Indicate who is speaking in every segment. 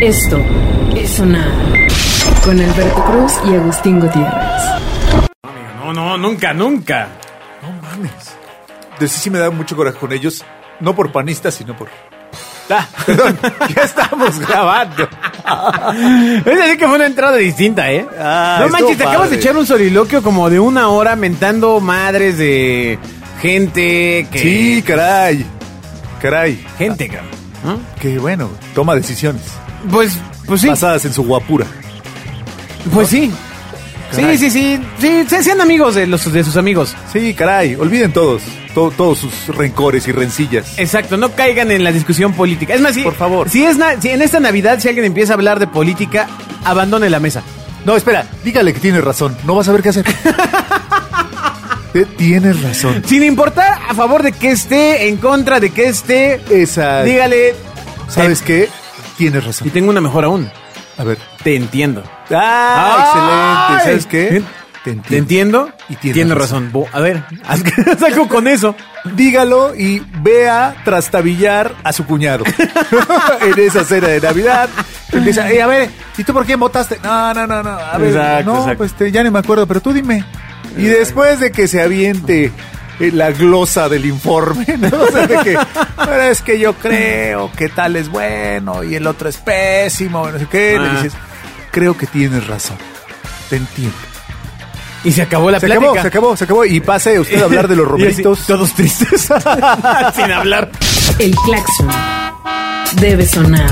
Speaker 1: Esto es sonar con Alberto Cruz y Agustín Gutiérrez.
Speaker 2: No, no, nunca, nunca.
Speaker 3: No mames. De sí, sí me da mucho coraje con ellos. No por panistas, sino por.
Speaker 2: Ah,
Speaker 3: Perdón, ya estamos grabando.
Speaker 2: Es decir, que fue una entrada distinta, ¿eh? no
Speaker 3: Ah, estuvo
Speaker 2: manches, te acabas de
Speaker 3: padre.
Speaker 2: echar un soliloquio como de una hora mentando madres de gente que.
Speaker 3: Sí, caray. Caray.
Speaker 2: Gente, cabrón. ¿no?
Speaker 3: Que bueno, toma decisiones.
Speaker 2: Pues, pues sí.
Speaker 3: Basadas en su guapura.
Speaker 2: Pues sí.
Speaker 3: Caray.
Speaker 2: Sí, sí, sí, sí. se- Sean amigos de, los, de sus amigos.
Speaker 3: Sí, caray. Olviden todos. to- todos sus rencores y rencillas.
Speaker 2: Exacto, no caigan en la discusión política. Es más, si,
Speaker 3: Por favor.
Speaker 2: Si, es na- si en esta Navidad, si alguien empieza a hablar de política, abandone la mesa.
Speaker 3: No, espera. Dígale que tiene razón. No vas a ver qué hacer. Te Tienes razón.
Speaker 2: Sin importar a favor de que esté, en contra de que esté,
Speaker 3: Esa.
Speaker 2: dígale. "Eh,
Speaker 3: ¿Sabes qué? Tienes
Speaker 2: Y
Speaker 3: razón.
Speaker 2: tengo una mejor aún.
Speaker 3: A ver.
Speaker 2: Te entiendo.
Speaker 3: Ah,
Speaker 2: Ay.
Speaker 3: excelente. ¿Sabes qué? Te
Speaker 2: Te entiendo y tienes, razón. Bo- A ver, haz, haz algo con eso.
Speaker 3: Dígalo y vea trastabillar a su cuñado. en esa cena de Navidad. Empieza, "Eh, a ver, ¿y tú por qué votaste? No, no, no, no. A ver,
Speaker 2: Exacto,
Speaker 3: no,
Speaker 2: exacto.
Speaker 3: pues este, ya ni me acuerdo, pero tú dime. Y después de que se aviente eh, la glosa del informe, ¿no? O sea, de que, pero es que yo creo que tal es bueno y el otro es pésimo, no sé qué. Le
Speaker 2: Ah.
Speaker 3: dices, creo que tienes razón. Te entiendo.
Speaker 2: Y se acabó la
Speaker 3: se
Speaker 2: plática.
Speaker 3: acabó, se acabó, se acabó. Y pase usted a hablar de los
Speaker 2: Y así,
Speaker 3: romeritos.
Speaker 2: todos tristes. Ah, Sin hablar.
Speaker 1: El claxon debe sonar.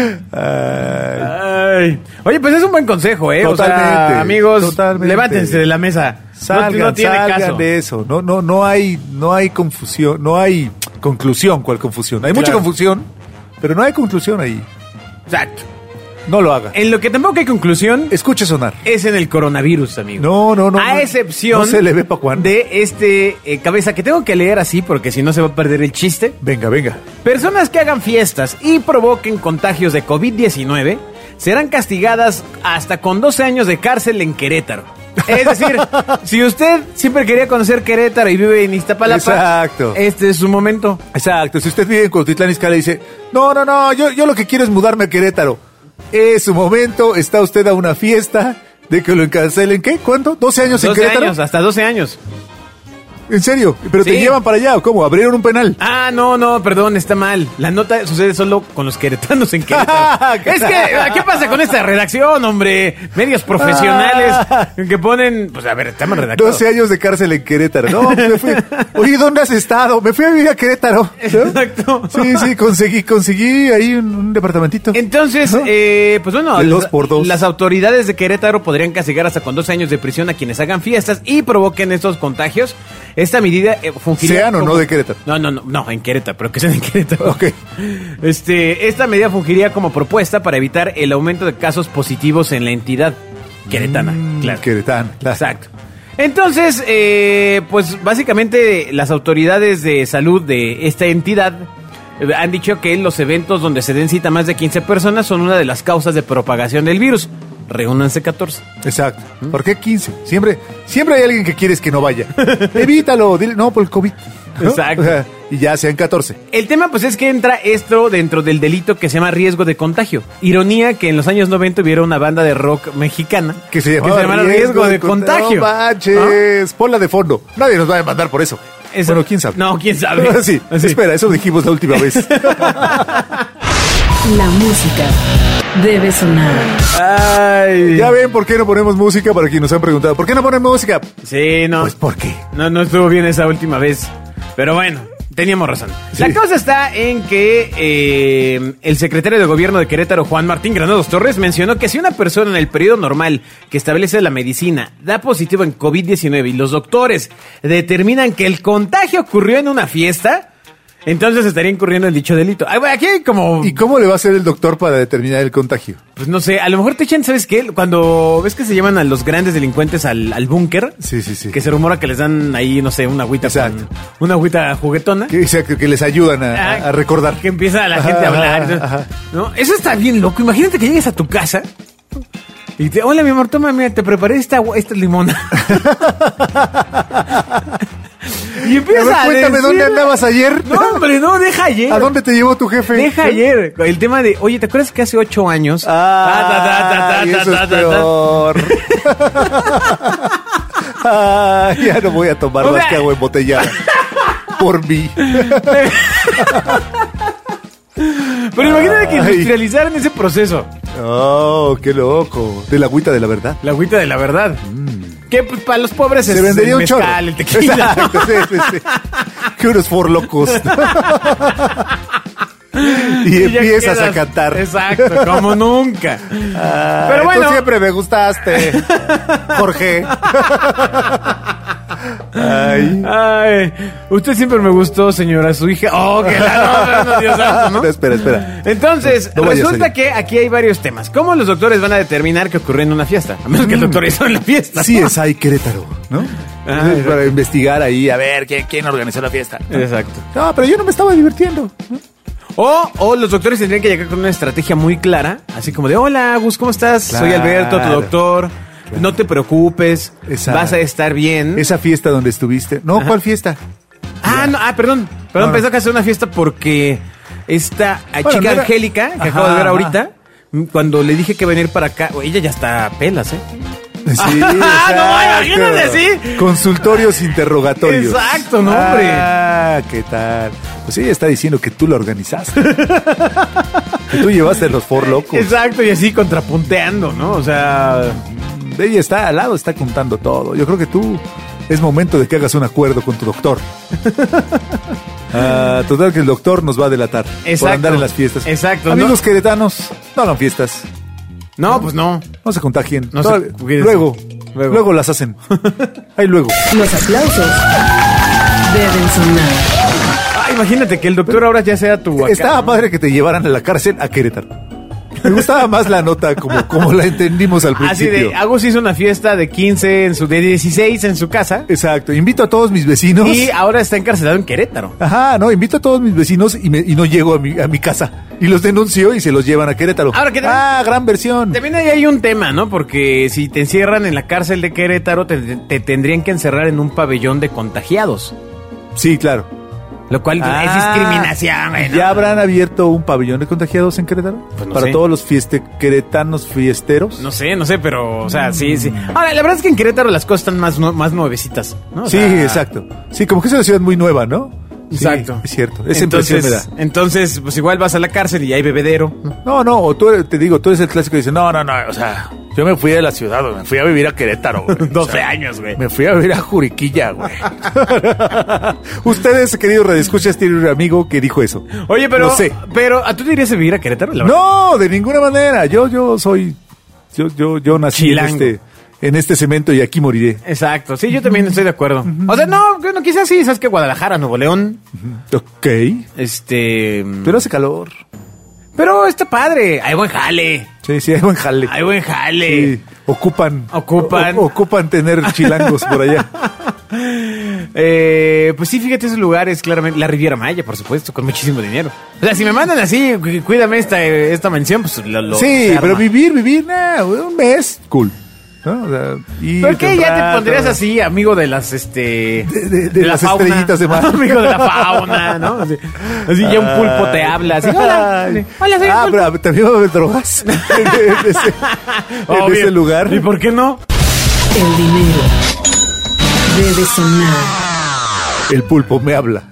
Speaker 3: Ay.
Speaker 2: Ay. Oye, pues es un buen consejo, ¿eh? O sea,
Speaker 3: Totalmente,
Speaker 2: amigos,
Speaker 3: totalmente.
Speaker 2: levántense de la mesa. No-
Speaker 3: Salgan,
Speaker 2: no, tiene
Speaker 3: salgan
Speaker 2: caso.
Speaker 3: de eso. No, no, no hay, no hay confusión, no hay conclusión. ¿Cuál confusión? Hay mucha
Speaker 2: Claro.
Speaker 3: confusión, pero no hay conclusión ahí.
Speaker 2: Exacto.
Speaker 3: No lo haga.
Speaker 2: En lo que tampoco hay conclusión
Speaker 3: Escuche sonar.
Speaker 2: es en el coronavirus, amigo.
Speaker 3: No, no, no.
Speaker 2: A
Speaker 3: no.
Speaker 2: excepción
Speaker 3: No se le ve pa' cuándo.
Speaker 2: de este eh, cabeza que tengo que leer así porque si no se va a perder el chiste.
Speaker 3: Venga, venga.
Speaker 2: Personas que hagan fiestas y provoquen contagios de COVID-19 serán castigadas hasta con 12 años de cárcel en Querétaro. Es decir, si usted siempre quería conocer Querétaro y vive en Iztapalapa,
Speaker 3: Exacto.
Speaker 2: este es su momento.
Speaker 3: Exacto. Si usted vive en Cuautitlán Izcalli y dice, no, no, no, yo, yo lo que quiero es mudarme a Querétaro. Es su momento. Está usted a una fiesta de que lo encarcelen. ¿Qué? ¿Cuánto? ¿12 años en
Speaker 2: 12
Speaker 3: Querétaro?
Speaker 2: años, hasta 12 años.
Speaker 3: ¿En serio? ¿Pero
Speaker 2: Sí.
Speaker 3: te llevan para allá o cómo? ¿Abrieron un penal?
Speaker 2: Ah, no, no, perdón, está mal. La nota sucede solo con los queretanos en Querétaro. es que, ¿qué pasa con esta redacción, hombre? Medios profesionales que ponen, pues a ver, estamos redactados.
Speaker 3: 12 años de cárcel en Querétaro. No, pues me fui. Oye, ¿dónde has estado? Me fui a vivir a Querétaro. ¿no?
Speaker 2: Exacto.
Speaker 3: Sí, sí, conseguí, conseguí ahí un, un departamentito.
Speaker 2: Entonces,
Speaker 3: ¿No?
Speaker 2: eh, pues bueno,
Speaker 3: De dos
Speaker 2: las-
Speaker 3: por dos.
Speaker 2: las autoridades de Querétaro podrían castigar hasta con 12 años de prisión a quienes hagan fiestas y provoquen estos contagios. Esta medida eh, fungiría...
Speaker 3: Sean o
Speaker 2: como-
Speaker 3: no de Querétaro.
Speaker 2: No, no, no, no, en Querétaro, pero que sean en Querétaro.
Speaker 3: Ok.
Speaker 2: Este, esta medida fungiría como propuesta para evitar el aumento de casos positivos en la entidad queretana.
Speaker 3: Mm,
Speaker 2: claro.
Speaker 3: Querétaro, claro.
Speaker 2: Exacto. Entonces, eh, pues básicamente las autoridades de salud de esta entidad eh, han dicho que los eventos donde se den cita a más de 15 personas son una de las causas de propagación del virus. Reúnanse 14.
Speaker 3: Exacto. ¿Por qué 15? Siempre, siempre hay alguien que quieres que no vaya. Evítalo, dile, no, por el COVID. ¿no?
Speaker 2: Exacto.
Speaker 3: O sea, y ya sean 14.
Speaker 2: El tema pues es que entra esto dentro del delito que se llama riesgo de contagio. Ironía que en los años 90 hubiera una banda de rock mexicana
Speaker 3: Que se llamaba
Speaker 2: llamara riesgo, de contagio.
Speaker 3: No manches, ponla de fondo. Nadie nos va a demandar por eso.
Speaker 2: Es-
Speaker 3: Bueno, quién sabe.
Speaker 2: No, quién sabe.
Speaker 3: sí,
Speaker 2: Sí.
Speaker 3: espera, eso dijimos la última vez.
Speaker 1: La música debe sonar.
Speaker 2: Ay.
Speaker 3: Ya ven por qué no ponemos música para quienes nos han preguntado. ¿Por qué no ponen música?
Speaker 2: Sí, no.
Speaker 3: Pues ¿por qué?
Speaker 2: No, no estuvo bien esa última vez. Pero bueno, teníamos razón. La
Speaker 3: Sí.
Speaker 2: cosa está en que eh, el secretario de gobierno de Querétaro, Juan Martín Granados Torres, mencionó que si una persona en el periodo normal que establece la medicina da positivo en COVID-19 y los doctores determinan que el contagio ocurrió en una fiesta, entonces estaría incurriendo en dicho delito. Ay, güey, Aquí hay como...
Speaker 3: ¿Y cómo le va a hacer el doctor para determinar el contagio?
Speaker 2: Pues no sé, a lo mejor te echan, ¿sabes qué? Cuando ves que se llevan a los grandes delincuentes al, al búnker.
Speaker 3: Sí, sí, sí.
Speaker 2: Que se rumora que les dan ahí, no sé, una agüita.
Speaker 3: Exacto.
Speaker 2: con- una agüita juguetona.
Speaker 3: Que, o sea, que- que les ayudan a, a- a recordar.
Speaker 2: Que empieza la gente a hablar.
Speaker 3: Ajá, ajá.
Speaker 2: ¿no? Eso está bien loco. Imagínate que llegues a tu casa y te. Hola, mi amor, toma, mira, te preparé esta, agua- esta limona. Y empieza
Speaker 3: A ver,
Speaker 2: a
Speaker 3: cuéntame
Speaker 2: decir-
Speaker 3: dónde andabas ayer.
Speaker 2: No, hombre, no, deja ayer.
Speaker 3: ¿A dónde te llevó tu jefe? ¿Eh?
Speaker 2: Deja ayer. El tema de, oye, ¿te acuerdas que hace ocho años?
Speaker 3: Ah,
Speaker 2: Ah, ta, ta, ta, ta,
Speaker 3: y
Speaker 2: ta,
Speaker 3: eso es
Speaker 2: ta, ta, ta.
Speaker 3: peor. Ah, ya no voy a tomar
Speaker 2: O
Speaker 3: las
Speaker 2: sea-
Speaker 3: que hago embotelladas. Por mí.
Speaker 2: Pero imagínate que
Speaker 3: Ay.
Speaker 2: industrializaran ese proceso.
Speaker 3: Oh, qué loco. De la agüita de la verdad.
Speaker 2: La agüita de la verdad. Que pues, para los pobres
Speaker 3: Mm. Se
Speaker 2: es
Speaker 3: vendería
Speaker 2: el
Speaker 3: un chorro.
Speaker 2: mezcal, el tequila.
Speaker 3: Exacto, sí, sí, sí. Que unos forlocos. y,
Speaker 2: ya
Speaker 3: empiezas
Speaker 2: quedas-
Speaker 3: a cantar.
Speaker 2: Exacto, como nunca.
Speaker 3: Ay,
Speaker 2: Pero
Speaker 3: tú
Speaker 2: bueno.
Speaker 3: siempre me gustaste, Jorge. Ay.
Speaker 2: Ay, usted siempre me gustó, señora, su hija. Oh, que la no, no, no, Dios santo, ¿no?
Speaker 3: Espera, espera.
Speaker 2: Entonces,
Speaker 3: No vayas
Speaker 2: resulta
Speaker 3: allá.
Speaker 2: que aquí hay varios temas. ¿Cómo los doctores van a determinar que ocurrió en una fiesta? A menos que el doctor hizo en la fiesta.
Speaker 3: Mm. Sí, es ahí Querétaro, ¿no?
Speaker 2: Ah,
Speaker 3: Entonces,
Speaker 2: exacto.
Speaker 3: para investigar ahí, a ver quién, quién organizó la fiesta.
Speaker 2: Exacto.
Speaker 3: No, pero yo no me estaba divirtiendo.
Speaker 2: O, o los doctores tendrían que llegar con una estrategia muy clara, así como de, hola Gus, ¿cómo estás? Soy
Speaker 3: Claro.
Speaker 2: Alberto, tu doctor. No te preocupes,
Speaker 3: Exacto.
Speaker 2: vas a estar bien.
Speaker 3: Esa fiesta donde estuviste. No, ¿cuál fiesta?
Speaker 2: Ah, no, ah, perdón. Perdón,
Speaker 3: No,
Speaker 2: pensé
Speaker 3: no.
Speaker 2: que hacer una fiesta porque esta ah,
Speaker 3: Bueno,
Speaker 2: chica
Speaker 3: no era-
Speaker 2: Angélica, que
Speaker 3: Ajá,
Speaker 2: acabo de ver
Speaker 3: ajá.
Speaker 2: ahorita, m, cuando le dije que venir para acá, ella ya está a pelas, ¿eh?
Speaker 3: Sí,
Speaker 2: Ah, no,
Speaker 3: exacto.
Speaker 2: imagínate, sí.
Speaker 3: Consultorios interrogatorios.
Speaker 2: Exacto, no, hombre.
Speaker 3: Ah, ¿qué tal? Pues ella está diciendo que tú la organizaste. que tú llevaste los forlocos.
Speaker 2: Exacto, y así contrapunteando, ¿no? O sea,
Speaker 3: Ella está al lado, está contando todo. Yo creo que tú es momento de que hagas un acuerdo con tu doctor. Ah, total que el doctor nos va a delatar por
Speaker 2: Exacto.
Speaker 3: andar en las fiestas.
Speaker 2: Exacto,
Speaker 3: Amigos queretanos, no hagan fiestas.
Speaker 2: no, pues no.
Speaker 3: No se contagien.
Speaker 2: No se-
Speaker 3: Todavía-
Speaker 2: cuídense.
Speaker 3: luego,
Speaker 2: Luego.
Speaker 3: luego, las hacen. Ahí luego.
Speaker 1: Los aplausos deben sonar.
Speaker 2: Ah, imagínate que el doctor ahora ya sea tu acá.
Speaker 3: Estaba padre que te llevaran a la cárcel a Querétaro. Me gustaba más la nota como, como la entendimos al
Speaker 2: Así
Speaker 3: principio.
Speaker 2: de, ah. Agus hizo una fiesta de 15 en su, de 16 en su casa
Speaker 3: Exacto. Invito a todos mis vecinos.
Speaker 2: y ahora está encarcelado en Querétaro.
Speaker 3: Ajá, no, invito a todos mis vecinos y, me- y no llego a mi, a mi casa. Y los denuncio y se los llevan a Querétaro.
Speaker 2: Ahora que-
Speaker 3: ah, gran versión.
Speaker 2: También ahí hay un tema, ¿no? Porque si te encierran en la cárcel de Querétaro, te, te tendrían que encerrar en un pabellón de contagiados.
Speaker 3: Sí, claro.
Speaker 2: Lo cual es
Speaker 3: Ah,
Speaker 2: discriminación, güey, ¿no?
Speaker 3: ¿Ya habrán abierto un pabellón de contagiados en Querétaro?
Speaker 2: Pues no
Speaker 3: Para
Speaker 2: sé.
Speaker 3: todos los fieste queretanos fiesteros.
Speaker 2: No sé, no sé, pero, o sea, sí, sí. Ahora, la verdad es que en Querétaro las cosas están más, nue- más nuevecitas, ¿no? O
Speaker 3: sí,
Speaker 2: sea,
Speaker 3: exacto. Sí, como que es una ciudad muy nueva, ¿no? Sí,
Speaker 2: Exacto.
Speaker 3: es cierto. Esa
Speaker 2: entonces,
Speaker 3: impresión me da.
Speaker 2: Entonces, pues igual vas a la cárcel y hay bebedero.
Speaker 3: No, no, o tú eres- te digo, tú eres el clásico que dice, no, no, no, o sea, yo me fui de la ciudad, güey, me fui a vivir a Querétaro, güey.
Speaker 2: 12 años, güey.
Speaker 3: Me fui a vivir a Juriquilla, güey. Ustedes, queridos redescuchas, tienen un amigo que dijo eso.
Speaker 2: Oye, pero,
Speaker 3: No sé.
Speaker 2: pero, ¿a tú te irías a vivir a Querétaro? La verdad?
Speaker 3: No, de ninguna manera. Yo, yo soy. Yo, yo, yo nací en
Speaker 2: Chilango.
Speaker 3: este, en este cemento y aquí moriré.
Speaker 2: Exacto, sí, yo también estoy de acuerdo. O sea, no, bueno, quizás sí, sabes que Guadalajara, Nuevo León,
Speaker 3: Ok.
Speaker 2: este...
Speaker 3: Pero hace calor.
Speaker 2: Pero está padre. Hay buen jale.
Speaker 3: Sí, sí, hay buen jale.
Speaker 2: Hay buen jale.
Speaker 3: Sí, ocupan.
Speaker 2: Ocupan.
Speaker 3: o- ocupan tener chilangos por allá.
Speaker 2: Eh, pues sí, fíjate esos lugares, claramente. La Riviera Maya, por supuesto, con muchísimo dinero. O sea, si me mandan así, cu- cuídame esta, eh, esta mansión, pues lo. lo-
Speaker 3: sí,
Speaker 2: se arma.
Speaker 3: pero vivir, vivir, nah, un mes, cool. ¿No? O sea, ir
Speaker 2: ¿Por qué ya te
Speaker 3: temprano.
Speaker 2: pondrías así, amigo de las este
Speaker 3: De- de- de
Speaker 2: la
Speaker 3: las
Speaker 2: fauna?
Speaker 3: estrellitas de mar.
Speaker 2: amigo de la fauna, ¿no? Así, así ya un pulpo te habla, así, hola,
Speaker 3: Ay.
Speaker 2: hola, soy un
Speaker 3: Ah,
Speaker 2: pulpo.
Speaker 3: pero también va a haber drogas en ese, en
Speaker 2: Obvio.
Speaker 3: ese lugar.
Speaker 2: ¿Y por qué no?
Speaker 1: El dinero debe sonar.
Speaker 3: El pulpo me habla.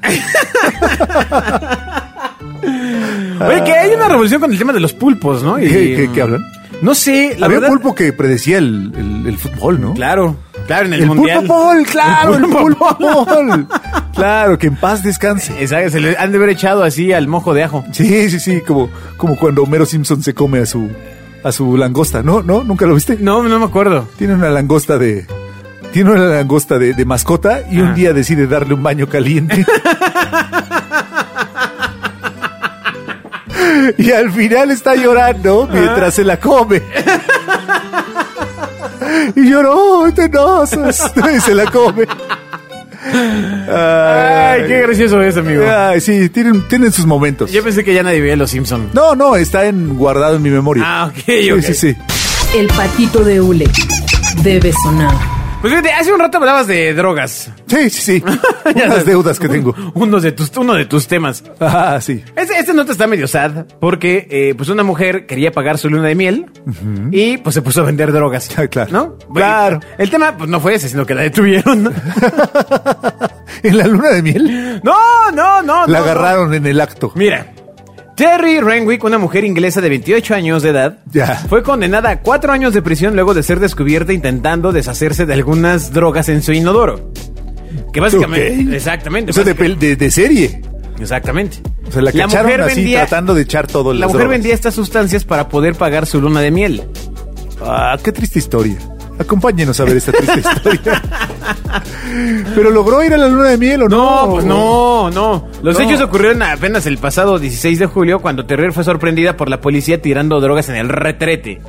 Speaker 2: Oye, que hay una revolución con el tema de los pulpos, ¿no?
Speaker 3: ¿Qué- qué- qué hablan?
Speaker 2: No sé, mm, la
Speaker 3: Había
Speaker 2: verdad.
Speaker 3: un pulpo que predecía el, el- el fútbol, ¿no?
Speaker 2: Claro, claro, en el,
Speaker 3: El
Speaker 2: mundial.
Speaker 3: pulpo ball, claro, el
Speaker 2: pulpo
Speaker 3: pulpo
Speaker 2: ball.
Speaker 3: ball. Claro, que en paz descanse.
Speaker 2: Exacto, se le han de haber echado así al mojo de ajo.
Speaker 3: Sí, sí, sí, como, como cuando Homero Simpson se come a su, a su langosta. ¿No? ¿No? ¿Nunca lo viste?
Speaker 2: No, no me acuerdo.
Speaker 3: Tiene una langosta de. Tiene una langosta de, de mascota y
Speaker 2: Ah.
Speaker 3: un día decide darle un baño caliente. y al final está llorando
Speaker 2: Ah.
Speaker 3: mientras se la come. y lloró, tenazas. y se la come.
Speaker 2: Ay, qué gracioso es, amigo.
Speaker 3: Ay, sí, tienen, tienen sus momentos.
Speaker 2: Yo pensé que ya nadie veía Los Simpson.
Speaker 3: No, no, está en, guardado en mi memoria.
Speaker 2: Ah, ok, ok.
Speaker 3: Sí, sí, sí.
Speaker 1: El patito de hule debe sonar.
Speaker 2: Pues fíjate, hace un rato hablabas de drogas.
Speaker 3: Sí, sí, sí.
Speaker 2: Ya
Speaker 3: Unas
Speaker 2: sabes.
Speaker 3: deudas que tengo.
Speaker 2: Uno de tus, uno de tus temas.
Speaker 3: Ah, sí.
Speaker 2: Este, esta nota está medio sad porque eh, pues una mujer quería pagar su luna de miel y pues se puso a vender drogas.
Speaker 3: Ah, claro.
Speaker 2: ¿No?
Speaker 3: Claro.
Speaker 2: El tema pues no fue ese, sino que la detuvieron.
Speaker 3: ¿En la luna de miel?
Speaker 2: no, no, no. no,
Speaker 3: La
Speaker 2: no.
Speaker 3: agarraron en el acto.
Speaker 2: Mira, Terry Renwick, una mujer inglesa de 28 años de edad,
Speaker 3: Ya.
Speaker 2: fue condenada a cuatro años de prisión luego de ser descubierta intentando deshacerse de algunas drogas en su inodoro. Que básicamente,
Speaker 3: Ok.
Speaker 2: exactamente,
Speaker 3: O sea, de,
Speaker 2: básicamente-
Speaker 3: pel- de- de serie.
Speaker 2: exactamente.
Speaker 3: O sea, la cacharon así tratando de echar todo
Speaker 2: La
Speaker 3: las
Speaker 2: mujer
Speaker 3: drogas.
Speaker 2: vendía estas sustancias para poder pagar su luna de miel.
Speaker 3: Ah, qué triste historia. Acompáñenos a ver esta triste historia. ¿Pero logró ir a la luna de miel o no?
Speaker 2: No, pues no, no. Los
Speaker 3: No.
Speaker 2: hechos ocurrieron apenas el pasado 16 de julio cuando Terrer fue sorprendida por la policía tirando drogas en el retrete.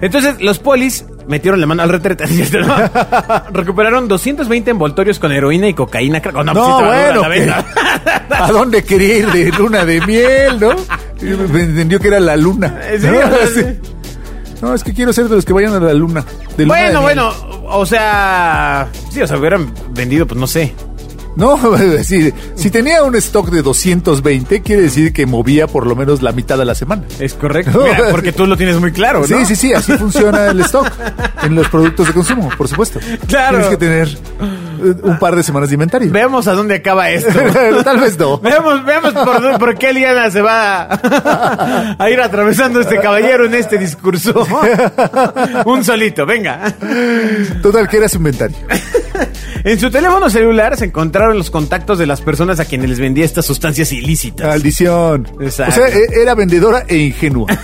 Speaker 2: Entonces, los polis metieron la mano al retrete, ¿sí es cierto, no? Recuperaron 220 envoltorios con heroína y cocaína. crack. Oh, no, pues sí
Speaker 3: No,
Speaker 2: estaba dura
Speaker 3: bueno.
Speaker 2: la
Speaker 3: ¿qué?
Speaker 2: venta.
Speaker 3: ¿A dónde quería ir de luna de miel, no? Y me Entendió que era la luna.
Speaker 2: Sí,
Speaker 3: ¿no?
Speaker 2: o sea,
Speaker 3: Sí. No, es que quiero ser de los que vayan a la luna. de luna de
Speaker 2: Bueno,
Speaker 3: miel.
Speaker 2: bueno, o sea, sí, o sea, hubieran vendido, pues no sé.
Speaker 3: No, es decir, si tenía un stock de 220, quiere decir que movía por lo menos la mitad de la semana.
Speaker 2: Es correcto.
Speaker 3: No,
Speaker 2: Mira, porque tú lo tienes muy claro, ¿no?
Speaker 3: Sí, sí, sí, así funciona el stock en los productos de consumo, por supuesto.
Speaker 2: Claro.
Speaker 3: Tienes que tener eh, un par de semanas de inventario.
Speaker 2: Veamos a dónde acaba esto.
Speaker 3: Tal vez no.
Speaker 2: Veamos, veamos por, por qué Liana se va a, a ir atravesando este caballero en este discurso. Un solito, venga.
Speaker 3: Total, que era su inventario.
Speaker 2: En su teléfono celular se encontraron los contactos de las personas a quienes les vendía estas sustancias ilícitas.
Speaker 3: Maldición.
Speaker 2: Exacto.
Speaker 3: O sea, e- era vendedora e ingenua.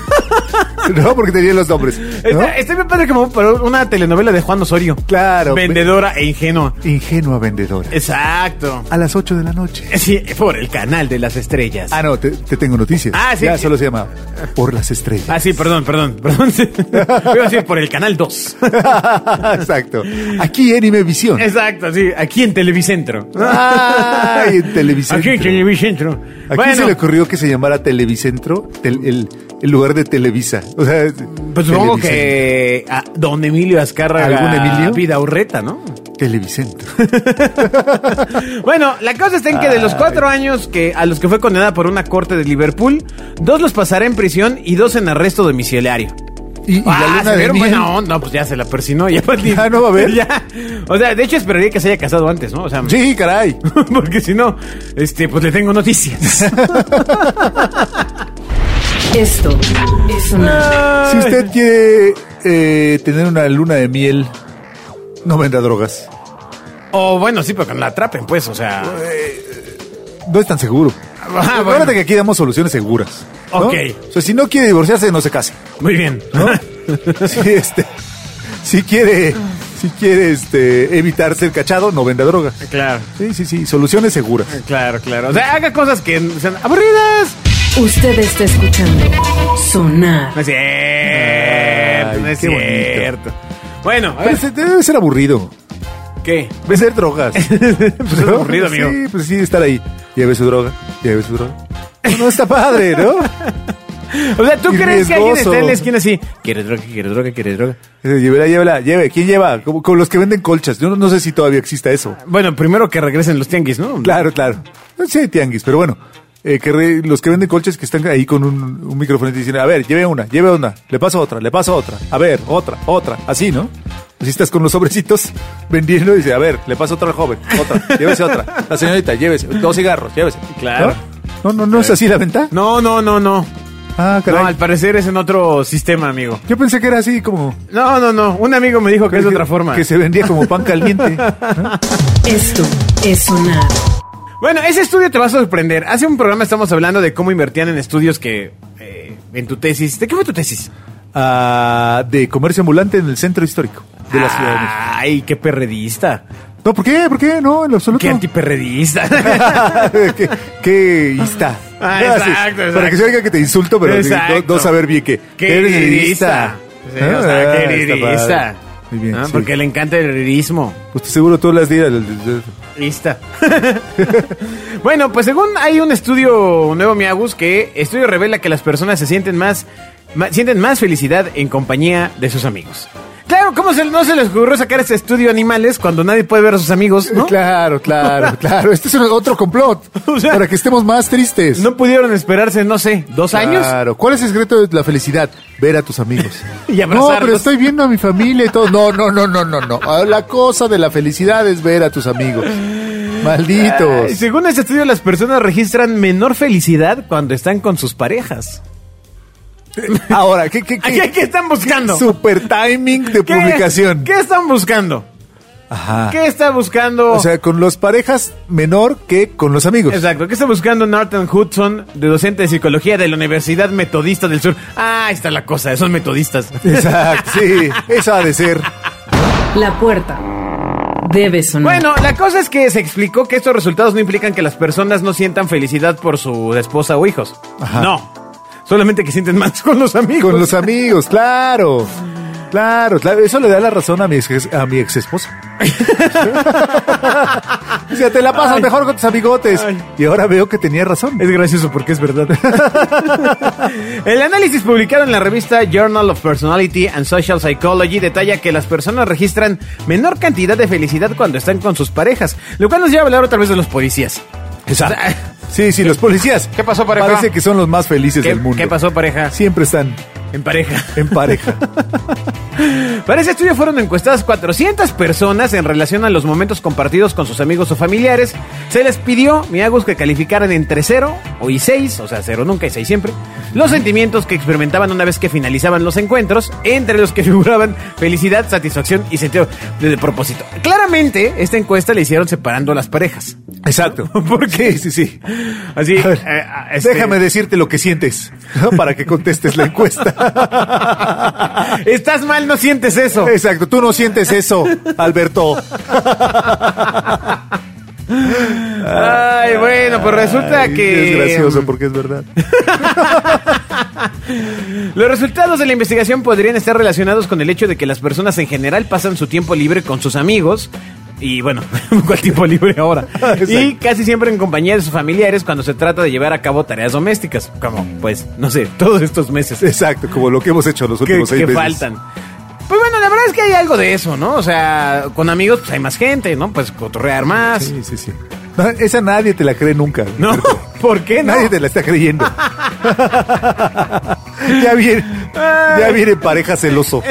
Speaker 3: No, porque tenía los nombres. ¿no?
Speaker 2: Está, está bien padre como para una telenovela de Juan Osorio.
Speaker 3: Claro.
Speaker 2: Vendedora e ingenua.
Speaker 3: Ingenua vendedora.
Speaker 2: Exacto.
Speaker 3: A las 8 de la noche.
Speaker 2: Sí, por el canal de las estrellas.
Speaker 3: Ah, no, te, te tengo noticias.
Speaker 2: Ah, sí.
Speaker 3: Ya solo se llama Por las Estrellas.
Speaker 2: Ah, sí, perdón, perdón, perdón. Voy a decir por el canal 2.
Speaker 3: Exacto. Aquí en Imevisión.
Speaker 2: Exacto, sí, aquí en Televicentro.
Speaker 3: Ay, en
Speaker 2: Ah.
Speaker 3: Televicentro.
Speaker 2: Aquí en Televicentro.
Speaker 3: ¿A quién se le ocurrió que se llamara Televicentro? Tel- el, el lugar de Televisa. O sea,
Speaker 2: pues supongo
Speaker 3: Televicentro.
Speaker 2: que a don Emilio Azcárraga
Speaker 3: ¿Algún Emilio?
Speaker 2: Vida Urreta, ¿no?
Speaker 3: Televicentro.
Speaker 2: Bueno, la cosa está en que de los cuatro años que a los que fue condenada por una corte de Liverpool, dos los pasará en prisión y dos en arresto domiciliario.
Speaker 3: Y, y la
Speaker 2: Ah,
Speaker 3: luna
Speaker 2: se
Speaker 3: de
Speaker 2: vieron
Speaker 3: miel.
Speaker 2: buena onda. No, pues ya se la persinó. Ya, pues,
Speaker 3: Ya no va a haber.
Speaker 2: Ya. O sea, de hecho esperaría que se haya casado antes, ¿no? O sea,
Speaker 3: Sí, caray.
Speaker 2: porque si no, este, pues le tengo noticias.
Speaker 1: Esto es sonar.
Speaker 3: Si usted quiere eh, tener una luna de miel, no venda drogas.
Speaker 2: O bueno, sí, pero que no la atrapen, pues, o sea.
Speaker 3: No es tan seguro.
Speaker 2: Ah,
Speaker 3: Acuérdate
Speaker 2: bueno.
Speaker 3: que aquí damos soluciones seguras. ¿no?
Speaker 2: Ok.
Speaker 3: O sea, si no quiere divorciarse, no se case.
Speaker 2: Muy bien.
Speaker 3: ¿no? si, este, si quiere, si quiere este, evitar ser cachado, no venda droga.
Speaker 2: Claro,
Speaker 3: Sí, sí, sí. Soluciones seguras.
Speaker 2: claro, claro. O sea, haga cosas que sean aburridas.
Speaker 1: Usted está escuchando Sonar.
Speaker 2: No es cierto,
Speaker 3: Ay,
Speaker 2: no es
Speaker 3: qué bonito.
Speaker 2: cierto. Bueno, a ver,
Speaker 3: Pero se- debe ser aburrido.
Speaker 2: ¿qué?
Speaker 3: Vender drogas.
Speaker 2: Pues es aburrido, amigo.
Speaker 3: Sí, pues sí, estar ahí. Lleve su droga, lleve su droga. No, no está padre, ¿no?
Speaker 2: O sea, ¿tú
Speaker 3: Y
Speaker 2: crees que alguien
Speaker 3: riesgoso.
Speaker 2: está en la esquina así? ¿Quieres droga? ¿Quieres droga? ¿Quieres droga?
Speaker 3: Eh, Llévela, llévela, lleve. ¿Quién lleva? Como, como los que venden colchas. Yo no, no sé si todavía exista eso.
Speaker 2: Bueno, primero que regresen los tianguis, ¿no?
Speaker 3: Claro, claro. No sé, tianguis, pero bueno. Eh, que re- los que venden colchas que están ahí con un, un micrófono y dicen, a ver, lleve una, lleve una, le paso otra, le paso otra, a ver, otra, otra, así, ¿no? Así estás con los sobrecitos vendiendo y dice, a ver, le paso otra al joven, otra, llévese otra, la señorita, llévese, dos cigarros, llévese.
Speaker 2: Claro.
Speaker 3: ¿No? No, no, no es así la venta.
Speaker 2: No, no, no, no.
Speaker 3: Ah,
Speaker 2: No, al parecer es en otro sistema, amigo.
Speaker 3: Yo pensé que era así como...
Speaker 2: No, no, no. Un amigo me dijo que es de otra forma.
Speaker 3: Que se vendía como pan caliente.
Speaker 1: Esto es sonar.
Speaker 2: Bueno, ese estudio te va a sorprender. Hace un programa estamos hablando de cómo invertían en estudios que eh, en tu tesis. ¿De qué fue tu tesis?
Speaker 3: Ah, de comercio ambulante en el centro histórico de
Speaker 2: Ah.
Speaker 3: la ciudad de México.
Speaker 2: Ay, qué perredista.
Speaker 3: No, ¿por qué? ¿Por qué? No, en lo absoluto.
Speaker 2: Qué antiperredista.
Speaker 3: qué, qué ista.
Speaker 2: Ah,
Speaker 3: No,
Speaker 2: exacto,
Speaker 3: sí,
Speaker 2: exacto.
Speaker 3: Para que se oiga que te insulto, pero
Speaker 2: Exacto.
Speaker 3: no, no saber bien qué.
Speaker 2: Qué heridista. Sí, o sea,
Speaker 3: Ah,
Speaker 2: qué
Speaker 3: está
Speaker 2: heridista.
Speaker 3: padre. Muy bien.
Speaker 2: Ah,
Speaker 3: sí.
Speaker 2: Porque le encanta el heridismo.
Speaker 3: Pues seguro tú las dirás. al-
Speaker 2: Lista. bueno, pues según hay un estudio nuevo, Miagus, que estudio revela que las personas se sienten más, ma- sienten más felicidad en compañía de sus amigos. Claro, ¿cómo se- no se les ocurrió sacar ese estudio animales cuando nadie puede ver a sus amigos? ¿no?
Speaker 3: Claro, claro, claro. Este es un- otro complot.
Speaker 2: O sea,
Speaker 3: para que estemos más tristes.
Speaker 2: No pudieron esperarse, no sé, dos años.
Speaker 3: Claro. ¿Cuál es el secreto de la felicidad? Ver a tus amigos.
Speaker 2: Y
Speaker 3: no,
Speaker 2: abrazarlos.
Speaker 3: pero estoy viendo a mi familia y todo. No, no, no, no, no, no. Ah, La cosa de la felicidad es ver a tus amigos. Malditos.
Speaker 2: Ay, según este estudio, las personas registran menor felicidad cuando están con sus parejas.
Speaker 3: Ahora, ¿qué, qué,
Speaker 2: Aquí, ¿Qué están buscando?
Speaker 3: Super timing de
Speaker 2: ¿Qué-
Speaker 3: publicación.
Speaker 2: ¿Qué están buscando?
Speaker 3: Ajá.
Speaker 2: ¿Qué está buscando?
Speaker 3: Ah. O sea, pues, con los parejas menor que con los amigos.
Speaker 2: Exacto, ¿qué está buscando Norton Hudson, de docente de psicología de la Universidad Metodista del Sur? Ah, ahí está la cosa, son metodistas.
Speaker 3: Exacto, sí. Eso ha de ser.
Speaker 1: La puerta debe sonar.
Speaker 2: Bueno, la cosa es que se explicó que estos resultados no implican que las personas no sientan felicidad por su esposa o hijos.
Speaker 3: Ajá.
Speaker 2: No. Solamente que sienten más con los amigos.
Speaker 3: Con los amigos, claro. Claro, claro. Eso le da la razón a mi ex, a mi ex esposa. o sea, te la pasas
Speaker 2: Ay.
Speaker 3: mejor con tus amigotes.
Speaker 2: Ay.
Speaker 3: Y ahora veo que tenía razón.
Speaker 2: Es gracioso porque es verdad. El análisis publicado en la revista Journal of Personality and Social Psychology detalla que las personas registran menor cantidad de felicidad cuando están con sus parejas, lo cual nos lleva a hablar otra vez de los policías.
Speaker 3: Exacto.
Speaker 2: O sea,
Speaker 3: Sí, sí, los policías.
Speaker 2: ¿Qué pasó, pareja?
Speaker 3: Parece que son los más felices
Speaker 2: ¿Qué,
Speaker 3: del mundo.
Speaker 2: qué pasó, pareja?
Speaker 3: Siempre están
Speaker 2: En pareja.
Speaker 3: en pareja.
Speaker 2: Para ese estudio fueron encuestadas 400 personas en relación a los momentos compartidos con sus amigos o familiares. Se les pidió, miagos, que calificaran entre 0 y 6, o sea, 0 nunca y 6 siempre, los sentimientos que experimentaban una vez que finalizaban los encuentros, entre los que figuraban felicidad, satisfacción y sentido de, de propósito. Claramente, esta encuesta la hicieron separando a las parejas.
Speaker 3: Exacto.
Speaker 2: ¿Por qué?
Speaker 3: Sí, sí, sí.
Speaker 2: Así,
Speaker 3: A ver,
Speaker 2: eh, este-
Speaker 3: Déjame decirte lo que sientes ¿no? para que contestes la encuesta.
Speaker 2: Estás mal, no sientes eso.
Speaker 3: Exacto, tú no sientes eso, Alberto.
Speaker 2: Ay, bueno, pues resulta
Speaker 3: Ay,
Speaker 2: que... mm,
Speaker 3: Es gracioso porque es verdad.
Speaker 2: Los resultados de la investigación podrían estar relacionados con el hecho de que las personas en general pasan su tiempo libre con sus amigos. Y bueno, ¿cuál tiempo libre ahora?
Speaker 3: Ah, Exacto.
Speaker 2: y casi siempre en compañía de sus familiares cuando se trata de llevar a cabo tareas domésticas. Como, pues, no sé, todos estos meses
Speaker 3: Exacto, como lo que hemos hecho los
Speaker 2: que,
Speaker 3: últimos seis
Speaker 2: que
Speaker 3: meses.
Speaker 2: faltan. Pues bueno, la verdad es que hay algo de eso, ¿no? O sea, con amigos pues hay más gente, ¿no? Pues cotorrear más.
Speaker 3: Sí, sí, sí. No, esa nadie te la cree nunca.
Speaker 2: ¿No? ¿Por qué no?
Speaker 3: Nadie te la está creyendo. ya viene, ya viene pareja celoso.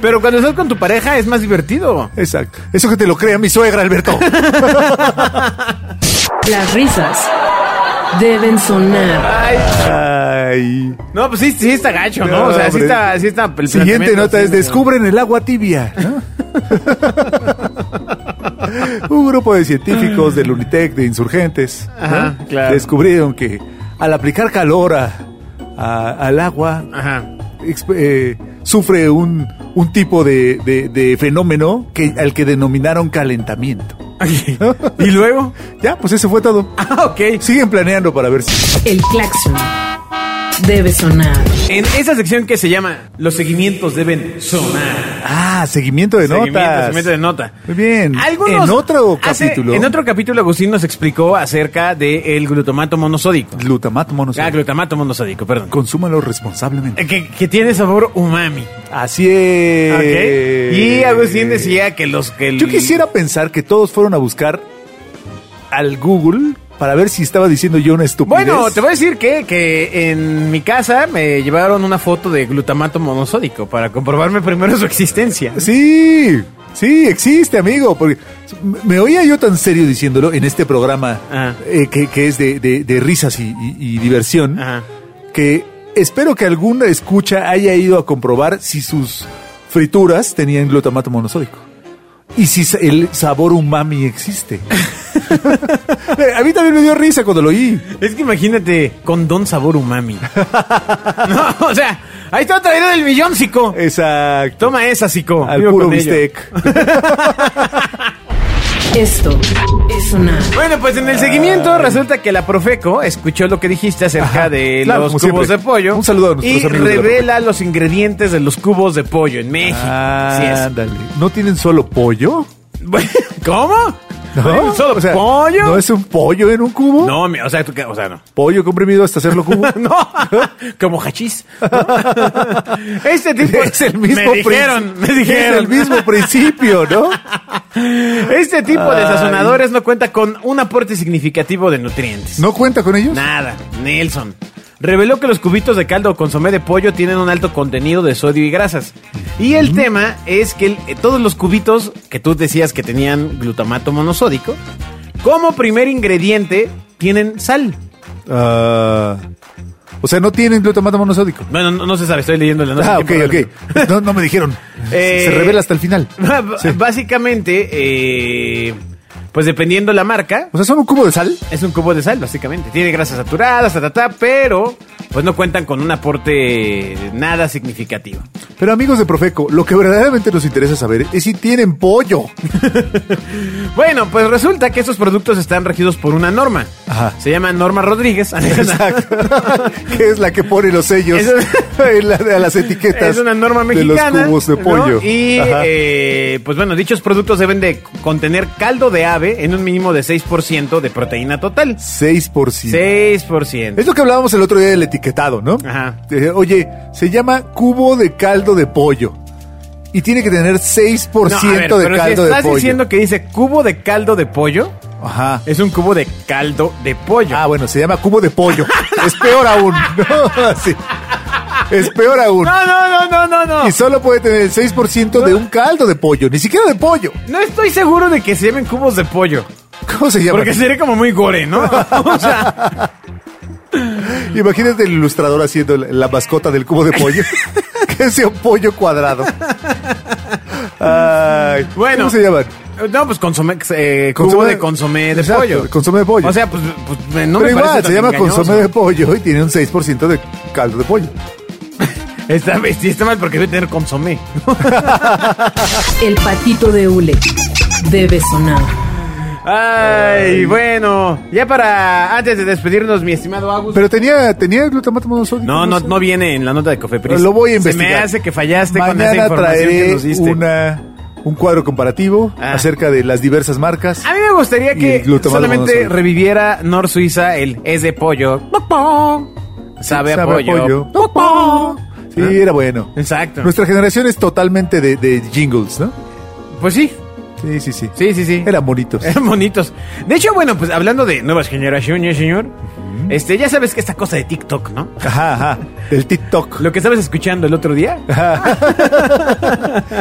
Speaker 2: Pero cuando estás con tu pareja es más divertido.
Speaker 3: Exacto. Eso que te lo crea mi suegra, Alberto.
Speaker 1: Las risas deben sonar.
Speaker 2: Ay,
Speaker 3: Ay.
Speaker 2: No, pues sí, sí está gacho, ¿no? o sea, sí
Speaker 3: hombre.
Speaker 2: está, sí está el
Speaker 3: Siguiente
Speaker 2: planteamiento,
Speaker 3: nota
Speaker 2: sí,
Speaker 3: es
Speaker 2: no.
Speaker 3: descubren el agua tibia. ¿no? Un grupo de científicos del Unitec de insurgentes ¿no?
Speaker 2: Ajá, claro.
Speaker 3: descubrieron que al aplicar calor a- a- al agua
Speaker 2: Ajá.
Speaker 3: exp- eh, sufre un, un tipo de, de- de fenómeno que, al que denominaron calentamiento.
Speaker 2: ¿Y luego?
Speaker 3: Ya, pues eso fue todo.
Speaker 2: Ah, ok.
Speaker 3: Siguen planeando para ver si.
Speaker 1: El claxon debe sonar.
Speaker 2: En esa sección que se llama Los seguimientos deben sonar.
Speaker 3: Ah, seguimiento de
Speaker 2: Seguimiento,
Speaker 3: notas.
Speaker 2: seguimiento de nota.
Speaker 3: Muy bien.
Speaker 2: Algunos
Speaker 3: En otro
Speaker 2: hace-
Speaker 3: capítulo.
Speaker 2: en otro capítulo, Agustín nos explicó acerca del glutamato monosódico.
Speaker 3: Glutamato
Speaker 2: Ah,
Speaker 3: monosódico.
Speaker 2: glutamato monosódico, perdón.
Speaker 3: Consúmalo
Speaker 2: Eh,
Speaker 3: responsablemente.
Speaker 2: Que, que tiene sabor umami.
Speaker 3: Así es.
Speaker 2: Ok. Y Agustín decía que los que. el-
Speaker 3: Eh, Yo quisiera pensar que todos fueron a buscar al Google para ver si estaba diciendo yo una estupidez.
Speaker 2: Bueno, te voy a decir que, que en mi casa me llevaron una foto de glutamato monosódico para comprobarme primero su existencia.
Speaker 3: Sí, sí, existe, amigo. Porque me oía yo tan serio diciéndolo en este programa
Speaker 2: Ajá.
Speaker 3: eh, que, que es de, de- de risas y, y- y diversión,
Speaker 2: Ajá.
Speaker 3: que espero que alguna escucha haya ido a comprobar si sus frituras tenían glutamato monosódico. Y si sa- el sabor umami existe. a mí también me dio risa cuando lo oí.
Speaker 2: Es que imagínate, con don sabor umami. no, o sea, ahí está otra idea del millón, Zico.
Speaker 3: Exacto.
Speaker 2: Toma esa, Zico.
Speaker 3: Al
Speaker 2: Vivo
Speaker 3: puro
Speaker 2: con ello.
Speaker 3: bistec.
Speaker 1: Esto es sonar.
Speaker 2: Bueno, pues en el seguimiento resulta que la Profeco escuchó lo que dijiste acerca
Speaker 3: Ajá,
Speaker 2: de
Speaker 3: claro,
Speaker 2: los
Speaker 3: como
Speaker 2: cubos
Speaker 3: siempre.
Speaker 2: de pollo.
Speaker 3: Un saludo a nuestros
Speaker 2: Y
Speaker 3: amigos de la
Speaker 2: revela los ingredientes de los cubos de
Speaker 3: Ah.
Speaker 2: pollo en México. Así es.
Speaker 3: Ándale. ¿No tienen solo pollo?
Speaker 2: Bueno, ¿Cómo? ¿Un solo
Speaker 3: O sea,
Speaker 2: pollo?
Speaker 3: ¿No es un pollo en un cubo?
Speaker 2: No, mi- o sea, tú que- o sea, no.
Speaker 3: Pollo comprimido hasta hacerlo cubo.
Speaker 2: No, como hachís. Este tipo
Speaker 3: Es el mismo
Speaker 2: Me dijeron,
Speaker 3: princi-
Speaker 2: me dijeron.
Speaker 3: Es el mismo principio, ¿no?
Speaker 2: Este tipo de
Speaker 3: Ay.
Speaker 2: sazonadores no cuenta con un aporte significativo de nutrientes.
Speaker 3: ¿No cuenta con ellos?
Speaker 2: Nada, Nelson. Reveló que los cubitos de caldo o consomé de pollo tienen un alto contenido de sodio y grasas. Y el tema es que el- eh, todos los cubitos que tú decías que tenían glutamato monosódico, como primer ingrediente, tienen sal.
Speaker 3: Ah, o sea, no tienen glutamato monosódico.
Speaker 2: Bueno, no, no se sabe, estoy leyendo la nota.
Speaker 3: ah, ok, ok. No, no me dijeron.
Speaker 2: Eh,
Speaker 3: Se revela hasta el final.
Speaker 2: B-
Speaker 3: Sí.
Speaker 2: Básicamente, eh, pues dependiendo la marca,
Speaker 3: O sea, son un cubo de sal.
Speaker 2: es un cubo de sal, básicamente. Tiene grasas saturadas, ta, ta, ta, pero pues no cuentan con un aporte nada significativo.
Speaker 3: Pero amigos de Profeco, lo que verdaderamente nos interesa saber es si tienen pollo.
Speaker 2: Bueno, pues resulta que estos productos están regidos por una norma.
Speaker 3: Ajá.
Speaker 2: Se llama Norma Rodríguez.
Speaker 3: Exacto. que es la que pone los sellos
Speaker 2: Es una-
Speaker 3: en la- a las etiquetas.
Speaker 2: Es una norma mexicana.
Speaker 3: De los cubos de
Speaker 2: ¿no?
Speaker 3: pollo.
Speaker 2: Y,
Speaker 3: Ajá.
Speaker 2: eh, pues bueno, dichos productos deben de contener caldo de ave en un mínimo de 6% de proteína total.
Speaker 3: 6%.
Speaker 2: 6%.
Speaker 3: Es lo que hablábamos el otro día del etiquetado, ¿no?
Speaker 2: Ajá.
Speaker 3: Eh, oye, se llama cubo de caldo de pollo. Y tiene que tener 6%
Speaker 2: No, a ver,
Speaker 3: de
Speaker 2: pero si
Speaker 3: caldo de
Speaker 2: estás
Speaker 3: pollo.
Speaker 2: diciendo que dice cubo de caldo de pollo,
Speaker 3: Ajá.
Speaker 2: es un cubo de caldo de pollo.
Speaker 3: Ah, bueno, se llama cubo de pollo. es peor aún. ¿no? Sí. Es peor aún.
Speaker 2: no, no, no, no, no, no.
Speaker 3: Y solo puede tener el 6% de un caldo de pollo, ni siquiera de pollo.
Speaker 2: No estoy seguro de que se llamen cubos de pollo.
Speaker 3: ¿Cómo se llama?
Speaker 2: Porque sería como muy gore, ¿no? O sea,
Speaker 3: Imagínate el ilustrador haciendo la, la mascota del cubo de pollo. que sea un pollo cuadrado. Ay,
Speaker 2: Bueno.
Speaker 3: ¿Cómo se llaman?
Speaker 2: no, pues consomé, eh, cubo
Speaker 3: Consomé-
Speaker 2: de consomé de
Speaker 3: Exacto,
Speaker 2: pollo.
Speaker 3: consomé de pollo.
Speaker 2: O sea, pues, pues, no me
Speaker 3: Pero
Speaker 2: parece
Speaker 3: igual,
Speaker 2: tan
Speaker 3: se llama
Speaker 2: engañoso.
Speaker 3: consomé de pollo y tiene un 6% de caldo de pollo.
Speaker 2: Está, sí, está mal porque debe tener consomé.
Speaker 1: El patito de hule debe sonar.
Speaker 2: Ay, bueno. Ya para, antes de despedirnos, mi estimado Agus.
Speaker 3: Pero tenía, tenía glutamato monosódico.
Speaker 2: No, no, no viene en la nota de Cofepris.
Speaker 3: Lo voy a
Speaker 2: Se me
Speaker 3: investigar.
Speaker 2: hace que fallaste Este, con esa
Speaker 3: Mañana
Speaker 2: información
Speaker 3: traeré
Speaker 2: que nos diste.
Speaker 3: una, un cuadro comparativo
Speaker 2: Ah.
Speaker 3: acerca de las diversas marcas.
Speaker 2: A mí me gustaría
Speaker 3: Y
Speaker 2: que
Speaker 3: el glutamato
Speaker 2: solamente
Speaker 3: monosódico.
Speaker 2: reviviera Nor Suiza el es de pollo. Sabe, a
Speaker 3: Sabe a
Speaker 2: pollo.
Speaker 3: pollo. Sí, pues,
Speaker 2: Ah.
Speaker 3: era bueno.
Speaker 2: Exacto.
Speaker 3: Nuestra generación es totalmente de, de jingles, ¿no?
Speaker 2: Pues sí,
Speaker 3: Sí, sí, sí.
Speaker 2: sí, Eh. sí, sí.
Speaker 3: Eran bonitos.
Speaker 2: Eran bonitos. De hecho, bueno, pues hablando de nuevas generaciones, señor. Este, ya sabes que esta cosa de TikTok, ¿no?
Speaker 3: Ajá, ajá. Del TikTok.
Speaker 2: Lo que estabas escuchando el otro día.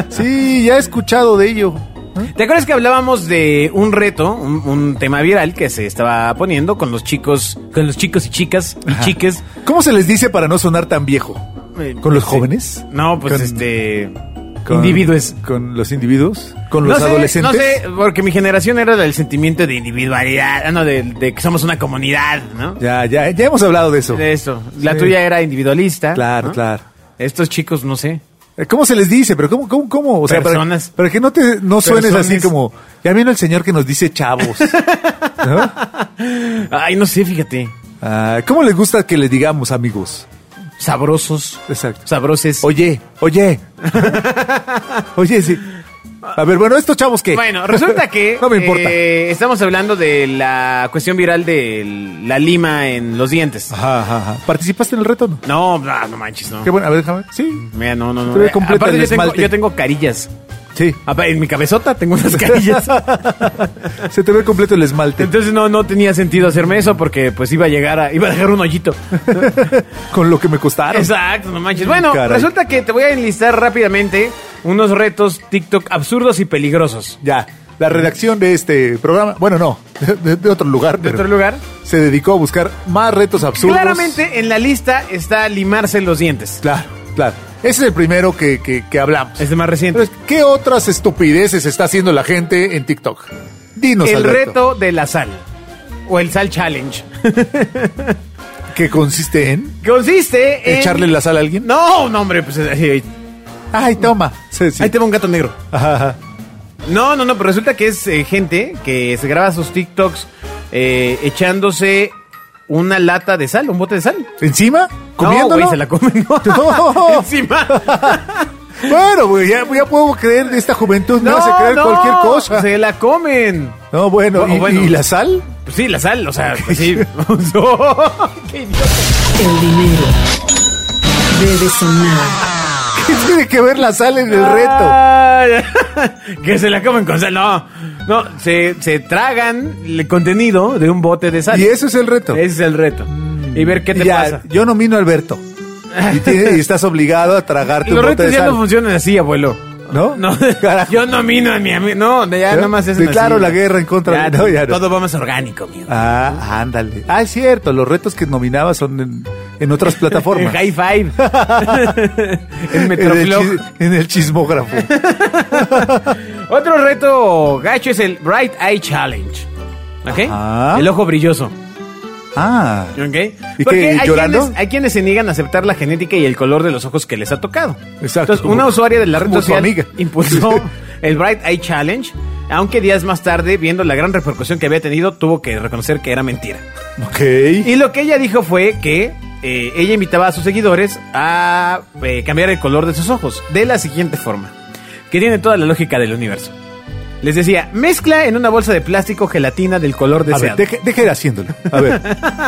Speaker 3: Sí, ya he escuchado de ello.
Speaker 2: ¿Te acuerdas que hablábamos de un reto, un, un tema viral que se estaba poniendo con los chicos, con los chicos y chicas y chiques?
Speaker 3: ¿Cómo se les dice para no sonar tan viejo?
Speaker 2: Eh,
Speaker 3: ¿Con los
Speaker 2: sí.
Speaker 3: jóvenes?
Speaker 2: No, pues
Speaker 3: Con-
Speaker 2: este.
Speaker 3: Con-
Speaker 2: individuos.
Speaker 3: ¿Con los individuos? ¿Con
Speaker 2: No
Speaker 3: los
Speaker 2: sé,
Speaker 3: adolescentes?
Speaker 2: No sé, porque mi generación era del sentimiento de individualidad, ah, no, de, de que somos una comunidad, ¿no?
Speaker 3: Ya, ya, ya hemos hablado de eso.
Speaker 2: De eso. La
Speaker 3: Sí.
Speaker 2: tuya era individualista.
Speaker 3: Claro,
Speaker 2: ¿no?
Speaker 3: claro.
Speaker 2: Estos chicos, no sé.
Speaker 3: Eh, ¿Cómo se les dice? ¿Pero cómo, cómo, cómo? O sea, para-
Speaker 2: Personas.
Speaker 3: Para, que no te no suenes
Speaker 2: Personas.
Speaker 3: así como, ya vino el señor que nos dice chavos. ¿No?
Speaker 2: Ay, no sé, fíjate.
Speaker 3: Ah, ¿Cómo les gusta que les digamos, amigos?
Speaker 2: Sabrosos.
Speaker 3: Exacto.
Speaker 2: Sabroses.
Speaker 3: Oye, oye. oye, sí. A ver, bueno, estos chavos que.
Speaker 2: Bueno, resulta que
Speaker 3: no me importa.
Speaker 2: eh, estamos hablando de la cuestión viral de la lima en los dientes.
Speaker 3: Ajá, ajá, ajá. ¿Participaste en el reto o no?
Speaker 2: No, ah, no, no manches, no.
Speaker 3: Qué bueno, a ver, déjame. Sí,
Speaker 2: Mira, no, no, no.
Speaker 3: Se ve
Speaker 2: Eh,
Speaker 3: completa
Speaker 2: Aparte,
Speaker 3: el
Speaker 2: yo tengo,
Speaker 3: esmalte.
Speaker 2: yo tengo carillas.
Speaker 3: sí.
Speaker 2: Apa- En mi cabezota tengo unas carillas.
Speaker 3: Se te ve completo el esmalte.
Speaker 2: Entonces no, no tenía sentido hacerme eso porque pues iba a llegar a, iba a dejar un hoyito.
Speaker 3: Con lo que me costaron.
Speaker 2: Exacto, no manches. Bueno,
Speaker 3: Caray.
Speaker 2: resulta que te voy a enlistar rápidamente unos retos TikTok absurdos y peligrosos.
Speaker 3: Ya. La redacción de este programa, bueno, no, de, de otro lugar,
Speaker 2: De
Speaker 3: pero
Speaker 2: otro lugar.
Speaker 3: se dedicó a buscar más retos absurdos.
Speaker 2: Claramente en la lista está limarse los dientes.
Speaker 3: Claro, claro. Ese es el primero que, que- que hablamos.
Speaker 2: Es de más reciente.
Speaker 3: Pero, ¿Qué otras estupideces está haciendo la gente en TikTok? Dinos,
Speaker 2: el
Speaker 3: Alberto.
Speaker 2: reto de la sal. O el sal challenge.
Speaker 3: que consiste en
Speaker 2: Consiste en...
Speaker 3: echarle la sal a alguien.
Speaker 2: No, no, hombre, pues ahí,
Speaker 3: Ay, toma. Sí, sí.
Speaker 2: ahí te va un gato negro.
Speaker 3: Ajá, ajá.
Speaker 2: No, no, no, pero resulta que es eh, gente que se graba sus TikToks eh, echándose una lata de sal, un bote de sal.
Speaker 3: ¿Encima?
Speaker 2: No,
Speaker 3: ¿Comiéndolo?
Speaker 2: güey, se la comen.
Speaker 3: No.
Speaker 2: Encima.
Speaker 3: Bueno, güey, ya, ya puedo creer de esta juventud, no, se creer
Speaker 2: no,
Speaker 3: cualquier cosa.
Speaker 2: Se la comen.
Speaker 3: No, bueno,
Speaker 2: O- o
Speaker 3: ¿y,
Speaker 2: bueno.
Speaker 3: y la sal?
Speaker 2: Pues sí, la sal, o sea, pues sí. Qué idiota.
Speaker 1: El dinero debe sonar.
Speaker 3: ¿Qué tiene que ver la sal en el reto?
Speaker 2: Ay, que se la comen con sal. No, no, se, se tragan el contenido de un bote de sal.
Speaker 3: Y eso es el reto.
Speaker 2: Ese es el reto. Y ver qué te
Speaker 3: Ya,
Speaker 2: pasa.
Speaker 3: Yo nomino a Alberto. Y, tiene- y estás obligado a tragarte
Speaker 2: Los
Speaker 3: un bote
Speaker 2: retos
Speaker 3: de
Speaker 2: ya
Speaker 3: sal.
Speaker 2: no funcionan así, abuelo.
Speaker 3: ¿No?
Speaker 2: No,
Speaker 3: Carajo.
Speaker 2: yo nomino a mi amigo. No, ya
Speaker 3: ¿Eh?
Speaker 2: nada más es
Speaker 3: Declaro la guerra en contra de- no, ya no.
Speaker 2: Todo va más orgánico, amigo.
Speaker 3: Ah, ándale. Ah, es cierto, los retos que nominaba son en, en otras
Speaker 2: En
Speaker 3: plataformas.
Speaker 2: high five. en
Speaker 3: en, el
Speaker 2: Metroflog.
Speaker 3: chis- en el chismógrafo.
Speaker 2: Otro reto gacho es el Bright Eye Challenge. ¿Ok?
Speaker 3: Ajá.
Speaker 2: El ojo brilloso.
Speaker 3: Ah,
Speaker 2: ¿Ok?
Speaker 3: ¿Y qué,
Speaker 2: Porque hay
Speaker 3: llorando?
Speaker 2: quienes, hay quienes se niegan a aceptar la genética y el color de los ojos que les ha tocado.
Speaker 3: Exacto,
Speaker 2: Entonces,
Speaker 3: como-
Speaker 2: una usuaria de la red
Speaker 3: como tu
Speaker 2: social
Speaker 3: amiga.
Speaker 2: impulsó el Bright Eye Challenge, aunque días más tarde, viendo la gran repercusión que había tenido, tuvo que reconocer que era mentira.
Speaker 3: ok.
Speaker 2: Y lo que ella dijo fue que eh, ella invitaba a sus seguidores a eh, cambiar el color de sus ojos de la siguiente forma, que tiene toda la lógica del universo. Les decía, mezcla en una bolsa de plástico gelatina del color
Speaker 3: A
Speaker 2: deseado.
Speaker 3: ver, deje, deje de haciéndolo. A ver,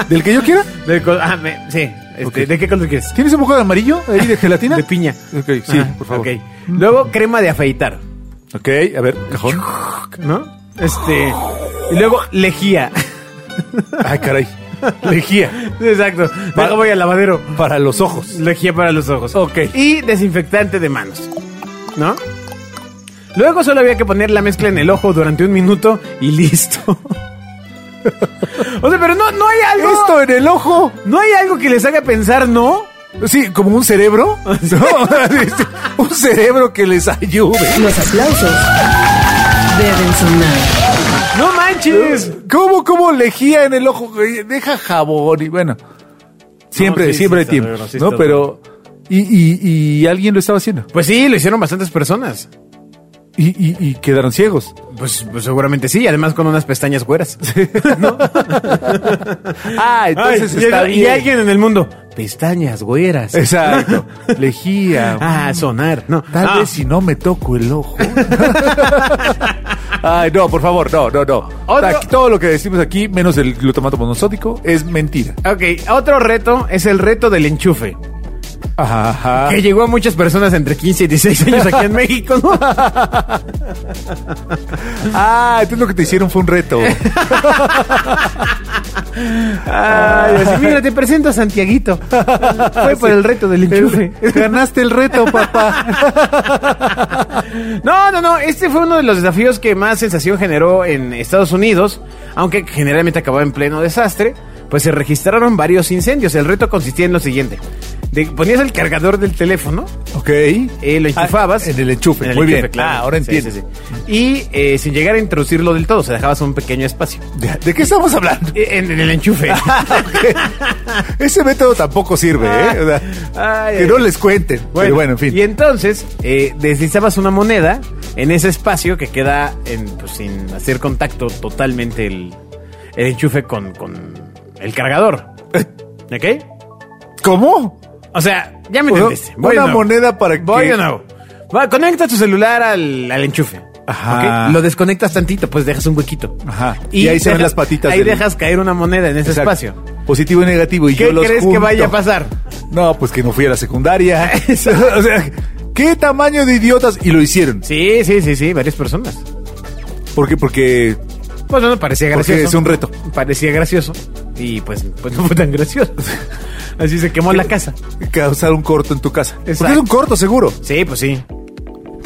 Speaker 3: ¿del que yo quiera?
Speaker 2: Del col- ah, me- sí, este,
Speaker 3: Ok.
Speaker 2: ¿de qué color quieres?
Speaker 3: ¿Tienes un poco de amarillo ahí de gelatina?
Speaker 2: De piña.
Speaker 3: Ok, sí,
Speaker 2: Ajá,
Speaker 3: por favor.
Speaker 2: ok. Luego crema de afeitar,
Speaker 3: Ok, a ver, cajón.
Speaker 2: ¿no? Este. Y luego lejía.
Speaker 3: Ay, caray. Lejía.
Speaker 2: Exacto.
Speaker 3: Para-
Speaker 2: Luego voy al lavadero.
Speaker 3: Para los ojos.
Speaker 2: Lejía para los ojos.
Speaker 3: Ok.
Speaker 2: Y desinfectante de manos, ¿no? Luego solo había que poner la mezcla en el ojo durante un minuto y listo. o sea, pero no, no hay algo.
Speaker 3: Esto en el ojo.
Speaker 2: No hay algo que les haga pensar, ¿no?
Speaker 3: Sí, como un cerebro. ¿no? Este, un cerebro que les ayude.
Speaker 1: Los aplausos deben sonar.
Speaker 2: ¡No manches!
Speaker 3: ¿Cómo, cómo lejía en el ojo? Deja jabón y bueno. Siempre,
Speaker 2: No, sí, sí,
Speaker 3: siempre hay
Speaker 2: está
Speaker 3: tiempo.
Speaker 2: duro, sí,
Speaker 3: ¿No?
Speaker 2: está
Speaker 3: Pero. Y, y, y alguien lo estaba haciendo.
Speaker 2: Pues sí, lo hicieron bastantes personas.
Speaker 3: Y, y, y quedaron ciegos.
Speaker 2: Pues, pues seguramente sí, además con unas pestañas güeras.
Speaker 3: Ah, entonces
Speaker 2: Ay, y-
Speaker 3: está
Speaker 2: y,
Speaker 3: bien.
Speaker 2: alguien en el mundo, pestañas güeras.
Speaker 3: Exacto. Lejía.
Speaker 2: Ah, sonar, no.
Speaker 3: Tal
Speaker 2: Ah,
Speaker 3: vez si no me toco el ojo. Ay, no, por favor, no, no, no.
Speaker 2: Otro-
Speaker 3: Aquí, todo lo que decimos aquí, menos el glutamato monosódico, es mentira.
Speaker 2: Ok, otro reto es el reto del enchufe.
Speaker 3: Ajá, ajá.
Speaker 2: Que llegó a muchas personas entre 15 y 16 años aquí en México, ¿no?
Speaker 3: Ah, entonces lo que te hicieron fue un reto.
Speaker 2: Ay, así, mira, te presento a Santiaguito. Fue por el reto del enchufe.
Speaker 3: Ganaste el reto, papá.
Speaker 2: No, no, no, este fue uno de los desafíos que más sensación generó en Estados Unidos, aunque generalmente acababa en pleno desastre, pues se registraron varios incendios. El reto consistía en lo siguiente. De- ponías el cargador del teléfono,
Speaker 3: Ok.
Speaker 2: eh, lo enchufabas.
Speaker 3: Ah, en el enchufe, muy bien. Ah, ahora
Speaker 2: Sí,
Speaker 3: entiendo.
Speaker 2: sí, sí. Y eh, sin llegar a introducirlo del todo, se dejabas un pequeño espacio.
Speaker 3: ¿De, de qué estamos hablando?
Speaker 2: Eh, En, en el enchufe.
Speaker 3: Ese método tampoco sirve, ¿eh? O sea,
Speaker 2: Ah. Ay,
Speaker 3: que
Speaker 2: ay.
Speaker 3: no les cuenten. pero bueno, en
Speaker 2: Y
Speaker 3: fin.
Speaker 2: entonces eh, deslizabas una moneda en ese espacio que queda en, pues, sin hacer contacto totalmente el, el enchufe con, con el cargador. ¿Ok?
Speaker 3: ¿Cómo?
Speaker 2: O sea, ya me
Speaker 3: O sea,
Speaker 2: entendiste. Voy de
Speaker 3: una
Speaker 2: nuevo.
Speaker 3: moneda para
Speaker 2: Voy
Speaker 3: que-
Speaker 2: de nuevo. Va, conecta tu celular al, al enchufe.
Speaker 3: Ajá.
Speaker 2: ¿ok? Lo desconectas tantito, pues dejas un huequito.
Speaker 3: Ajá. Y ahí se ven las patitas
Speaker 2: Ahí
Speaker 3: del-
Speaker 2: dejas caer una moneda en ese
Speaker 3: Exacto.
Speaker 2: espacio.
Speaker 3: Positivo y negativo. Y
Speaker 2: ¿Qué
Speaker 3: yo los
Speaker 2: crees que vaya a
Speaker 3: junto.
Speaker 2: pasar?
Speaker 3: No, pues que no fui a la secundaria. o sea, ¿qué tamaño de idiotas? Y lo hicieron.
Speaker 2: Sí, sí, sí, sí, varias personas.
Speaker 3: ¿Por qué? Porque
Speaker 2: Pues no, parecía
Speaker 3: Porque
Speaker 2: gracioso.
Speaker 3: es un reto.
Speaker 2: Parecía gracioso. Y pues, pues no fue tan gracioso. Así se quemó la casa.
Speaker 3: causar un corto en tu casa. Porque
Speaker 2: Exacto.
Speaker 3: es un corto, seguro.
Speaker 2: Sí, pues sí.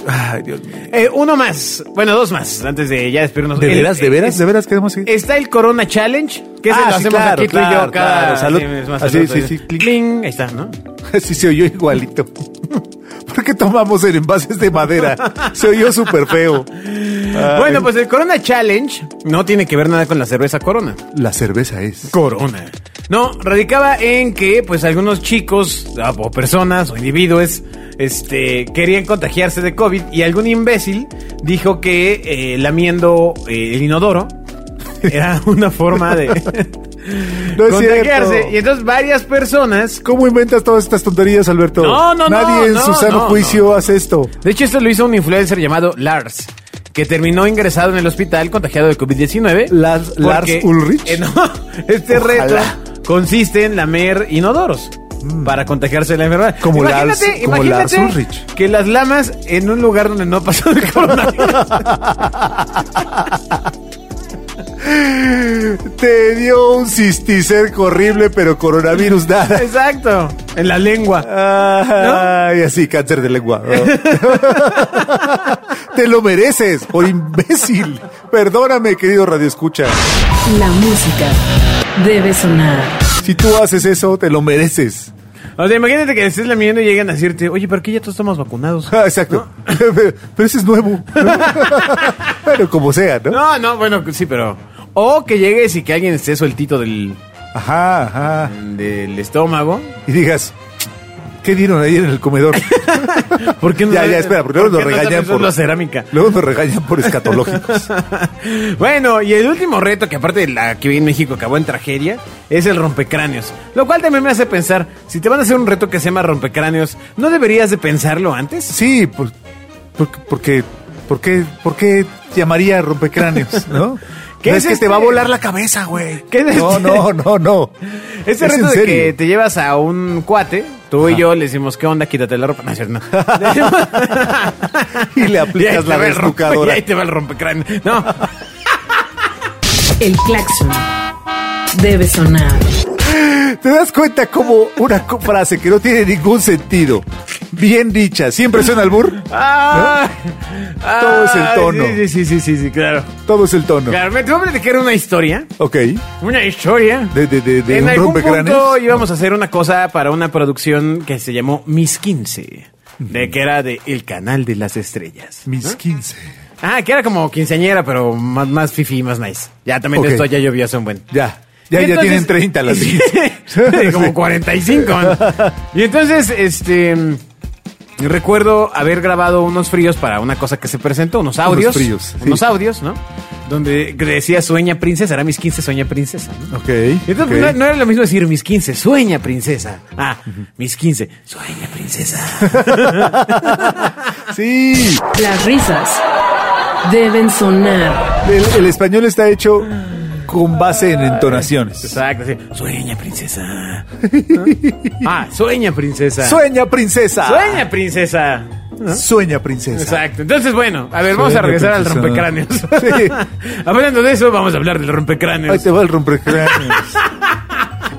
Speaker 3: Ay, Dios mío.
Speaker 2: Eh, uno más. Bueno, dos más. Antes de ya despedirnos.
Speaker 3: ¿De
Speaker 2: El-
Speaker 3: veras, de
Speaker 2: eh,
Speaker 3: veras,
Speaker 2: es-
Speaker 3: de veras queremos ir?
Speaker 2: Está el Corona Challenge. Que se
Speaker 3: Ah,
Speaker 2: lo
Speaker 3: sí,
Speaker 2: hacemos
Speaker 3: claro,
Speaker 2: aquí tú y
Speaker 3: claro,
Speaker 2: yo cada.
Speaker 3: claro. Salud.
Speaker 2: sí, es más
Speaker 3: Así,
Speaker 2: salud.
Speaker 3: sí, sí.
Speaker 2: Cling. Ahí está, ¿no?
Speaker 3: Así se oyó igualito. ¿Por qué tomamos en envases de madera? Se oyó súper feo. Ay,
Speaker 2: Bueno, pues el Corona Challenge no tiene que ver nada con la cerveza Corona.
Speaker 3: La cerveza es.
Speaker 2: Corona. No, radicaba en que pues algunos chicos ah, o personas o individuos este, querían contagiarse de COVID y algún imbécil dijo que eh, lamiendo eh, el inodoro era una forma de...
Speaker 3: No es
Speaker 2: contagiarse.
Speaker 3: cierto.
Speaker 2: Y entonces varias personas.
Speaker 3: ¿Cómo inventas todas estas tonterías, Alberto?
Speaker 2: No, no, no,
Speaker 3: Nadie en
Speaker 2: no,
Speaker 3: su sano
Speaker 2: no,
Speaker 3: juicio hace esto.
Speaker 2: De hecho, esto lo hizo un influencer llamado Lars, que terminó ingresado en el hospital contagiado de COVID-19.
Speaker 3: Lars-
Speaker 2: porque-
Speaker 3: Lars Ulrich.
Speaker 2: Eh, no, este
Speaker 3: Ojalá. Mm.
Speaker 2: reto consiste en lamer inodoros. Para contagiarse de la enfermedad.
Speaker 3: Como
Speaker 2: imagínate,
Speaker 3: Lars- como
Speaker 2: imagínate
Speaker 3: Lars Ulrich.
Speaker 2: que las lamas en un lugar donde no ha pasado el coronavirus.
Speaker 3: Te dio un cisticerco horrible, pero coronavirus nada.
Speaker 2: Exacto. En la lengua.
Speaker 3: Ay, así, cáncer de lengua. Te lo mereces, por imbécil. Perdóname, querido Radio Escucha.
Speaker 1: La música debe sonar.
Speaker 3: Si tú haces eso, te lo mereces.
Speaker 2: O sea, imagínate que estés lamiendo y llegan a decirte, oye, ¿pero qué ya todos estamos vacunados?
Speaker 3: Ah, Exacto. Pero, pero ese es nuevo. bueno, como sea, ¿no?
Speaker 2: No, no, bueno, sí, pero. O que llegues y que alguien esté sueltito del,
Speaker 3: Ajá, ajá.
Speaker 2: del estómago.
Speaker 3: Y digas, ¿qué dieron ahí en el comedor?
Speaker 2: ¿Por qué no
Speaker 3: ya, ya, espera, porque luego
Speaker 2: ¿por
Speaker 3: nos
Speaker 2: qué no
Speaker 3: regañan
Speaker 2: sabes
Speaker 3: por.
Speaker 2: la cerámica.
Speaker 3: Luego nos regañan por escatológicos.
Speaker 2: bueno, y el último reto, que aparte de la que vi en México acabó en tragedia, es el rompecráneos. Lo cual también me hace pensar, si te van a hacer un reto que se llama rompecráneos, ¿no deberías de pensarlo antes?
Speaker 3: Sí, pues, por- porque, porque, porque llamaría rompecráneos, ¿no?
Speaker 2: ¿Qué
Speaker 3: No,
Speaker 2: es
Speaker 3: que
Speaker 2: este?
Speaker 3: te va a volar la cabeza, güey.
Speaker 2: ¿Qué es
Speaker 3: no,
Speaker 2: este?
Speaker 3: no, no, no.
Speaker 2: Ese
Speaker 3: Es
Speaker 2: reto
Speaker 3: en
Speaker 2: de
Speaker 3: serio.
Speaker 2: que te llevas a un cuate, tú y yo le decimos, ¿qué onda? Quítate la ropa. No, es cierto, no.
Speaker 3: Y le
Speaker 2: Y ahí
Speaker 3: aplicas
Speaker 2: te
Speaker 3: la
Speaker 2: va el rompe- Y
Speaker 3: desnucadora.
Speaker 2: ahí te va el rompecráneo. No,
Speaker 1: El claxon debe sonar.
Speaker 3: ¿Te das cuenta como una co- frase que no tiene ningún sentido? Bien dicha, siempre suena albur,
Speaker 2: Ah, ah,
Speaker 3: Todo es el tono.
Speaker 2: Sí, sí, sí, sí, sí, claro.
Speaker 3: todo es el tono.
Speaker 2: Claro, me te voy a platicar una historia.
Speaker 3: Ok, de,
Speaker 2: Una historia.
Speaker 3: de, de, de
Speaker 2: en
Speaker 3: un
Speaker 2: algún punto
Speaker 3: rompecráneos.
Speaker 2: íbamos a hacer una cosa para una producción que se llamó Mis 15. De que era de El Canal de las Estrellas.
Speaker 3: Mis 15.
Speaker 2: Ah, que era como quinceañera, pero más, más fifi, más nice. Ya también
Speaker 3: Ok.
Speaker 2: de esto ya llovió hace un buen.
Speaker 3: Ya, ya,
Speaker 2: Y
Speaker 3: ya
Speaker 2: entonces-
Speaker 3: tienen 30 las
Speaker 2: Sí,
Speaker 3: 15.
Speaker 2: como 45. ¿no? Y entonces, este. Recuerdo haber grabado unos fríos para una cosa que se presentó, unos audios.
Speaker 3: fríos, sí.
Speaker 2: unos audios, ¿no? Donde decía sueña princesa, era mis 15 sueña princesa. ¿no?
Speaker 3: Ok,
Speaker 2: Y Entonces, pues,
Speaker 3: ok.
Speaker 2: no, no era lo mismo decir mis 15, sueña princesa. Ah, mis 15, sueña princesa.
Speaker 3: Sí.
Speaker 1: Las risas deben sonar.
Speaker 3: El, el español está hecho con base en entonaciones.
Speaker 2: Exacto, sí. Sueña princesa. ¿No? Ah, sueña princesa.
Speaker 3: Sueña, princesa.
Speaker 2: Sueña princesa.
Speaker 3: Sueña, princesa.
Speaker 2: Exacto. Entonces, bueno, a ver, vamos a
Speaker 3: Sueña
Speaker 2: regresar al
Speaker 3: princesa.
Speaker 2: rompecráneos.
Speaker 3: Sí.
Speaker 2: Hablando de eso, vamos a hablar del
Speaker 3: Ahí
Speaker 2: rompecráneos.
Speaker 3: te va el rompecráneos.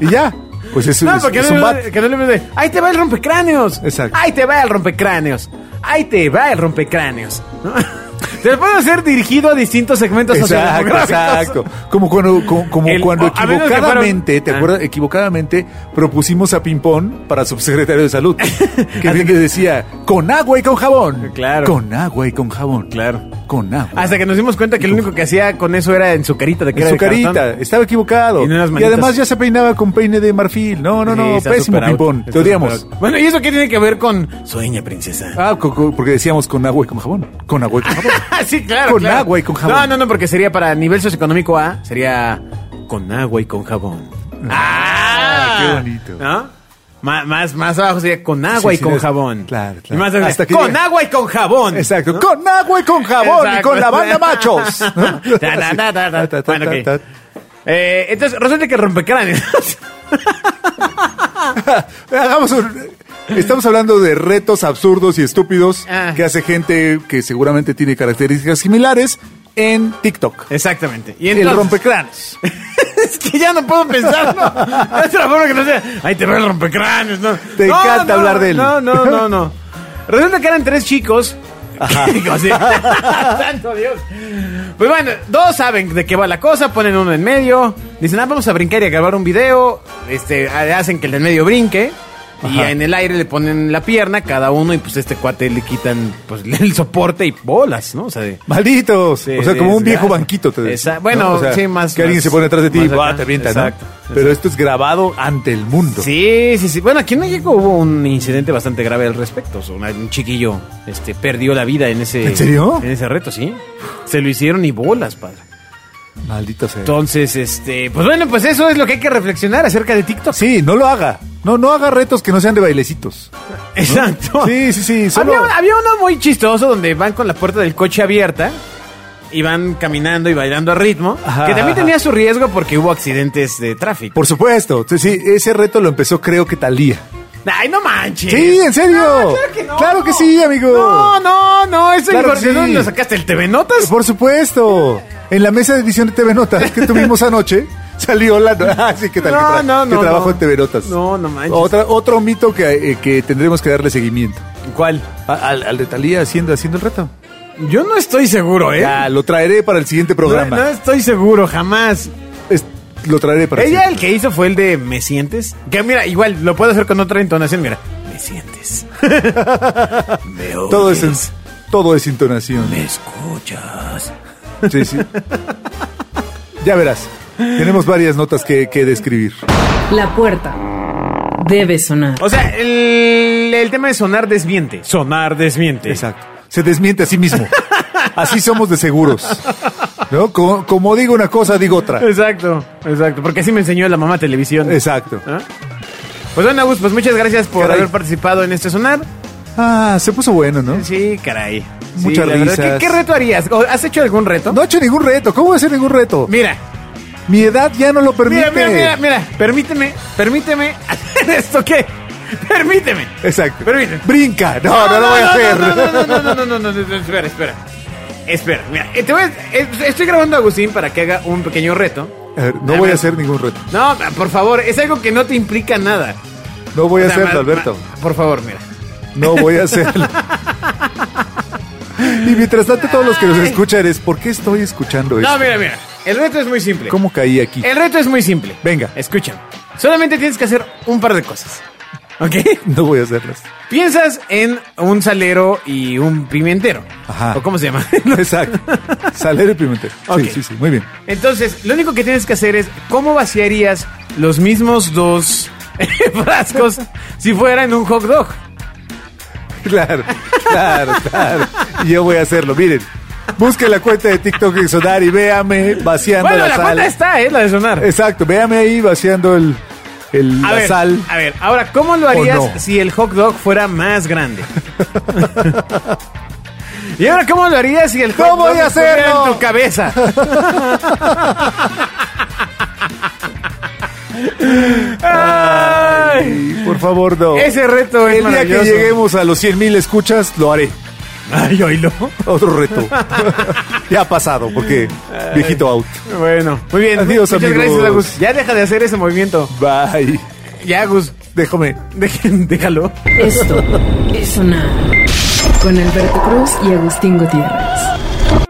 Speaker 3: y ya. Pues es, un-
Speaker 2: No,
Speaker 3: es-
Speaker 2: porque
Speaker 3: es
Speaker 2: no,
Speaker 3: un
Speaker 2: le-
Speaker 3: bat.
Speaker 2: que no le de, ahí te va el rompecráneos.
Speaker 3: Exacto.
Speaker 2: Ahí te va el rompecráneos. Ahí te va el rompecráneos. ¿No? Te lo pueden hacer dirigido a distintos segmentos
Speaker 3: Exacto,
Speaker 2: sociodemográficos.
Speaker 3: exacto. Como cuando, como, como
Speaker 2: El-
Speaker 3: cuando
Speaker 2: o- a menos que fuera-
Speaker 3: equivocadamente, ¿te
Speaker 2: Ah.
Speaker 3: acuerdas? Equivocadamente propusimos a Pimpón para subsecretario de salud. Que
Speaker 2: Así
Speaker 3: bien le decía, con agua y con jabón.
Speaker 2: Claro.
Speaker 3: Con agua y con jabón.
Speaker 2: Claro.
Speaker 3: Con agua.
Speaker 2: Hasta que nos dimos cuenta que lo único que hacía con eso era en su carita de que
Speaker 3: En
Speaker 2: era
Speaker 3: su
Speaker 2: de cartón.
Speaker 3: carita, estaba equivocado.
Speaker 2: Y no en las
Speaker 3: Y,
Speaker 2: manitas.
Speaker 3: además ya se peinaba con peine de marfil. No, no,
Speaker 2: Sí,
Speaker 3: no,
Speaker 2: está
Speaker 3: pésimo
Speaker 2: super out.
Speaker 3: ping-pong. Te
Speaker 2: Está
Speaker 3: odiamos.
Speaker 2: super out. Bueno, ¿y eso qué tiene que ver con Sueña, princesa?
Speaker 3: Ah, co- co- porque decíamos con agua y con jabón. Con agua y con jabón.
Speaker 2: Ah, sí, claro.
Speaker 3: Con
Speaker 2: claro.
Speaker 3: agua y con jabón.
Speaker 2: No, no, no, porque sería para nivel socioeconómico A, sería con agua y con jabón. ¡Ah!
Speaker 3: Mm. qué bonito.
Speaker 2: ¿No? Má- más, más abajo sería con agua
Speaker 3: Sí,
Speaker 2: y
Speaker 3: sí,
Speaker 2: con
Speaker 3: es-
Speaker 2: jabón.
Speaker 3: claro, claro.
Speaker 2: Y más abajo
Speaker 3: Hasta
Speaker 2: sería,
Speaker 3: que
Speaker 2: con
Speaker 3: diga-
Speaker 2: agua y con jabón.
Speaker 3: Exacto. Con agua y con jabón y
Speaker 2: Exacto.
Speaker 3: con la banda machos. ¿no?
Speaker 2: Ta, ta, ta, ta, ta.
Speaker 3: Ta, ta, ta,
Speaker 2: Bueno, ok.
Speaker 3: ta.
Speaker 2: Eh, entonces, resulta que rompecráneos.
Speaker 3: Hagamos un- Estamos hablando de retos absurdos y estúpidos
Speaker 2: Ah.
Speaker 3: que hace gente que seguramente tiene características similares en TikTok.
Speaker 2: Exactamente. Y
Speaker 3: El
Speaker 2: entonces-
Speaker 3: rompecráneos.
Speaker 2: es que ya no puedo pensarlo. No es la forma que no sea. Ahí te va el rompecráneos. No.
Speaker 3: Te
Speaker 2: No,
Speaker 3: encanta
Speaker 2: no,
Speaker 3: hablar de él.
Speaker 2: No, no, no, no. Resulta que eran tres chicos. Digo, sí. Santo Dios. Pues bueno, dos saben de qué va la cosa, ponen uno en medio, dicen, ah, vamos a brincar y a grabar un video, este, hacen que el de en medio brinque, y
Speaker 3: Ajá.
Speaker 2: en el aire le ponen la pierna cada uno, y pues este cuate le quitan pues, el soporte y bolas, ¿no? O sea, de-
Speaker 3: Malditos.
Speaker 2: Sí,
Speaker 3: o sea, como un
Speaker 2: desgaste.
Speaker 3: viejo banquito te
Speaker 2: Exa- bueno,
Speaker 3: O sea,
Speaker 2: sí, más-
Speaker 3: Que alguien
Speaker 2: más-
Speaker 3: se pone atrás de ti y
Speaker 2: más acá.
Speaker 3: ¡buah, te avienta, ¿no?
Speaker 2: Exacto,
Speaker 3: Pero esto es grabado ante el mundo.
Speaker 2: Sí, sí, sí. Bueno, aquí en México hubo un incidente bastante grave al respecto. O sea, una- un chiquillo este, perdió la vida en ese.
Speaker 3: ¿En serio?
Speaker 2: En ese reto, sí. Se lo hicieron y bolas, padre.
Speaker 3: Maldito sea.
Speaker 2: Entonces, este, pues bueno, pues eso es lo que hay que reflexionar acerca de TikTok.
Speaker 3: Sí, no lo haga. No, no haga retos que no sean de bailecitos.
Speaker 2: Exacto.
Speaker 3: Sí, sí, sí. Solo...
Speaker 2: Había, había uno muy chistoso donde van con la puerta del coche abierta y van caminando y bailando a ritmo,
Speaker 3: Ajá,
Speaker 2: que también
Speaker 3: ajá.
Speaker 2: tenía su riesgo porque hubo accidentes de tráfico.
Speaker 3: Por supuesto. Sí, sí, ese reto lo empezó creo que Talía.
Speaker 2: Ay, no manches.
Speaker 3: Sí, en serio.
Speaker 2: No, claro que no.
Speaker 3: Claro que sí, amigo.
Speaker 2: No, no, no, eso
Speaker 3: Claro que
Speaker 2: ¿de dónde
Speaker 3: sí.
Speaker 2: lo sacaste el TV Notas?
Speaker 3: Por supuesto. En la mesa de edición de TV Notas que tuvimos anoche, salió la... Ah, sí, ¿qué tal?
Speaker 2: No,
Speaker 3: que tra-
Speaker 2: no, no,
Speaker 3: que trabajo
Speaker 2: no.
Speaker 3: en TV Notas.
Speaker 2: No, no manches.
Speaker 3: Otra, otro mito que, eh, que tendremos que darle seguimiento.
Speaker 2: ¿Cuál?
Speaker 3: A- Al, al de Talía haciendo, haciendo el reto.
Speaker 2: Yo no estoy seguro, ¿eh?
Speaker 3: Ya, lo traeré para el siguiente
Speaker 2: no,
Speaker 3: programa.
Speaker 2: no estoy seguro, jamás.
Speaker 3: Es- lo traeré para
Speaker 2: Ella
Speaker 3: el
Speaker 2: el que hizo fue el de ¿Me sientes? Que mira, igual lo puedo hacer con otra entonación, mira. ¿Me sientes? Me
Speaker 3: siguiente. Todo es,
Speaker 2: oyes?
Speaker 3: en- todo es intonación.
Speaker 2: ¿Me escuchas?
Speaker 3: Sí, sí. ya verás. Tenemos varias notas que, que describir.
Speaker 1: La puerta debe sonar.
Speaker 2: O sea, el, el tema de sonar desmiente. Sonar desmiente.
Speaker 3: Exacto. Se desmiente a sí mismo. Así somos de seguros. ¿No? Como, como digo una cosa, digo otra.
Speaker 2: Exacto, exacto. Porque así me enseñó la mamá televisión.
Speaker 3: Exacto.
Speaker 2: ¿Ah? Pues bueno, Agus, pues muchas gracias por
Speaker 3: Caray.
Speaker 2: haber participado en este sonar.
Speaker 3: Ah, se puso bueno, ¿no?
Speaker 2: Sí, caray. Sí,
Speaker 3: Muchas
Speaker 2: la verdad.
Speaker 3: risas.
Speaker 2: ¿Qué, qué reto harías? ¿O ¿Has hecho algún reto?
Speaker 3: No he hecho ningún reto. ¿Cómo voy a hacer ningún reto?
Speaker 2: Mira,
Speaker 3: Mi edad ya no lo permite.
Speaker 2: mira, mira, mira, mira. Permíteme, permíteme hacer esto qué. Permíteme.
Speaker 3: Exacto.
Speaker 2: Permíteme.
Speaker 3: Brinca. No, no, lo voy a hacer.
Speaker 2: No, no, no, no, no, no, no, no, no, espera, espera. Espera, mira, eh, te voy a- eh, estoy grabando a Agustín para que haga un pequeño reto.
Speaker 3: A ver, no
Speaker 2: A
Speaker 3: voy
Speaker 2: ver.
Speaker 3: a hacer ningún reto.
Speaker 2: No, por favor, es algo que no te implica nada.
Speaker 3: No voy a
Speaker 2: O sea,
Speaker 3: hacerlo,
Speaker 2: ma- ma-
Speaker 3: Alberto.
Speaker 2: Por favor, mira.
Speaker 3: No voy a hacerlo. y mientras tanto, todos los que nos escuchan es, ¿por qué estoy escuchando esto?
Speaker 2: No, mira, Eh. mira. El reto es muy simple.
Speaker 3: ¿Cómo caí aquí?
Speaker 2: El reto es muy simple.
Speaker 3: Venga.
Speaker 2: Escucha. Solamente tienes que hacer un par de cosas. ¿Ok?
Speaker 3: No voy a hacerlas.
Speaker 2: Piensas en un salero y un pimentero.
Speaker 3: Ajá.
Speaker 2: ¿O cómo se llama?
Speaker 3: Exacto. Saler y Pimentel. Sí,
Speaker 2: Ok.
Speaker 3: sí, sí. Muy bien.
Speaker 2: Entonces, lo único que tienes que hacer es cómo vaciarías los mismos dos frascos si fuera en un hot dog.
Speaker 3: Claro, claro, claro. Y yo voy a hacerlo. Miren, busquen la cuenta de TikTok y Sonar y véame vaciando
Speaker 2: Bueno,
Speaker 3: la,
Speaker 2: la
Speaker 3: sal.
Speaker 2: cuenta está, ¿eh? La de sonar.
Speaker 3: Exacto, véame ahí vaciando el, el-
Speaker 2: A
Speaker 3: la
Speaker 2: ver,
Speaker 3: sal.
Speaker 2: a ver, ahora, ¿cómo lo harías
Speaker 3: no?
Speaker 2: si el hot dog fuera más grande? y ahora, ¿cómo lo harías si el hot
Speaker 3: ¿Cómo
Speaker 2: dog
Speaker 3: voy a
Speaker 2: estuviera
Speaker 3: hacerlo?
Speaker 2: en tu cabeza? Ay,
Speaker 3: Y, por favor, no.
Speaker 2: ese reto es
Speaker 3: el día que
Speaker 2: maravilloso.
Speaker 3: lleguemos a los 100 mil escuchas, lo haré.
Speaker 2: Ay, oílo.
Speaker 3: Otro reto. ya ha pasado, porque viejito out.
Speaker 2: Bueno, muy bien.
Speaker 3: Adiós,
Speaker 2: Muchas
Speaker 3: amigos.
Speaker 2: gracias, Agus. Ya deja de hacer ese movimiento.
Speaker 3: Bye.
Speaker 2: Ya, Agus,
Speaker 3: Déjame.
Speaker 2: dejen- déjalo.
Speaker 1: Esto es sonar. Con Alberto Cruz y Agustín Gutiérrez.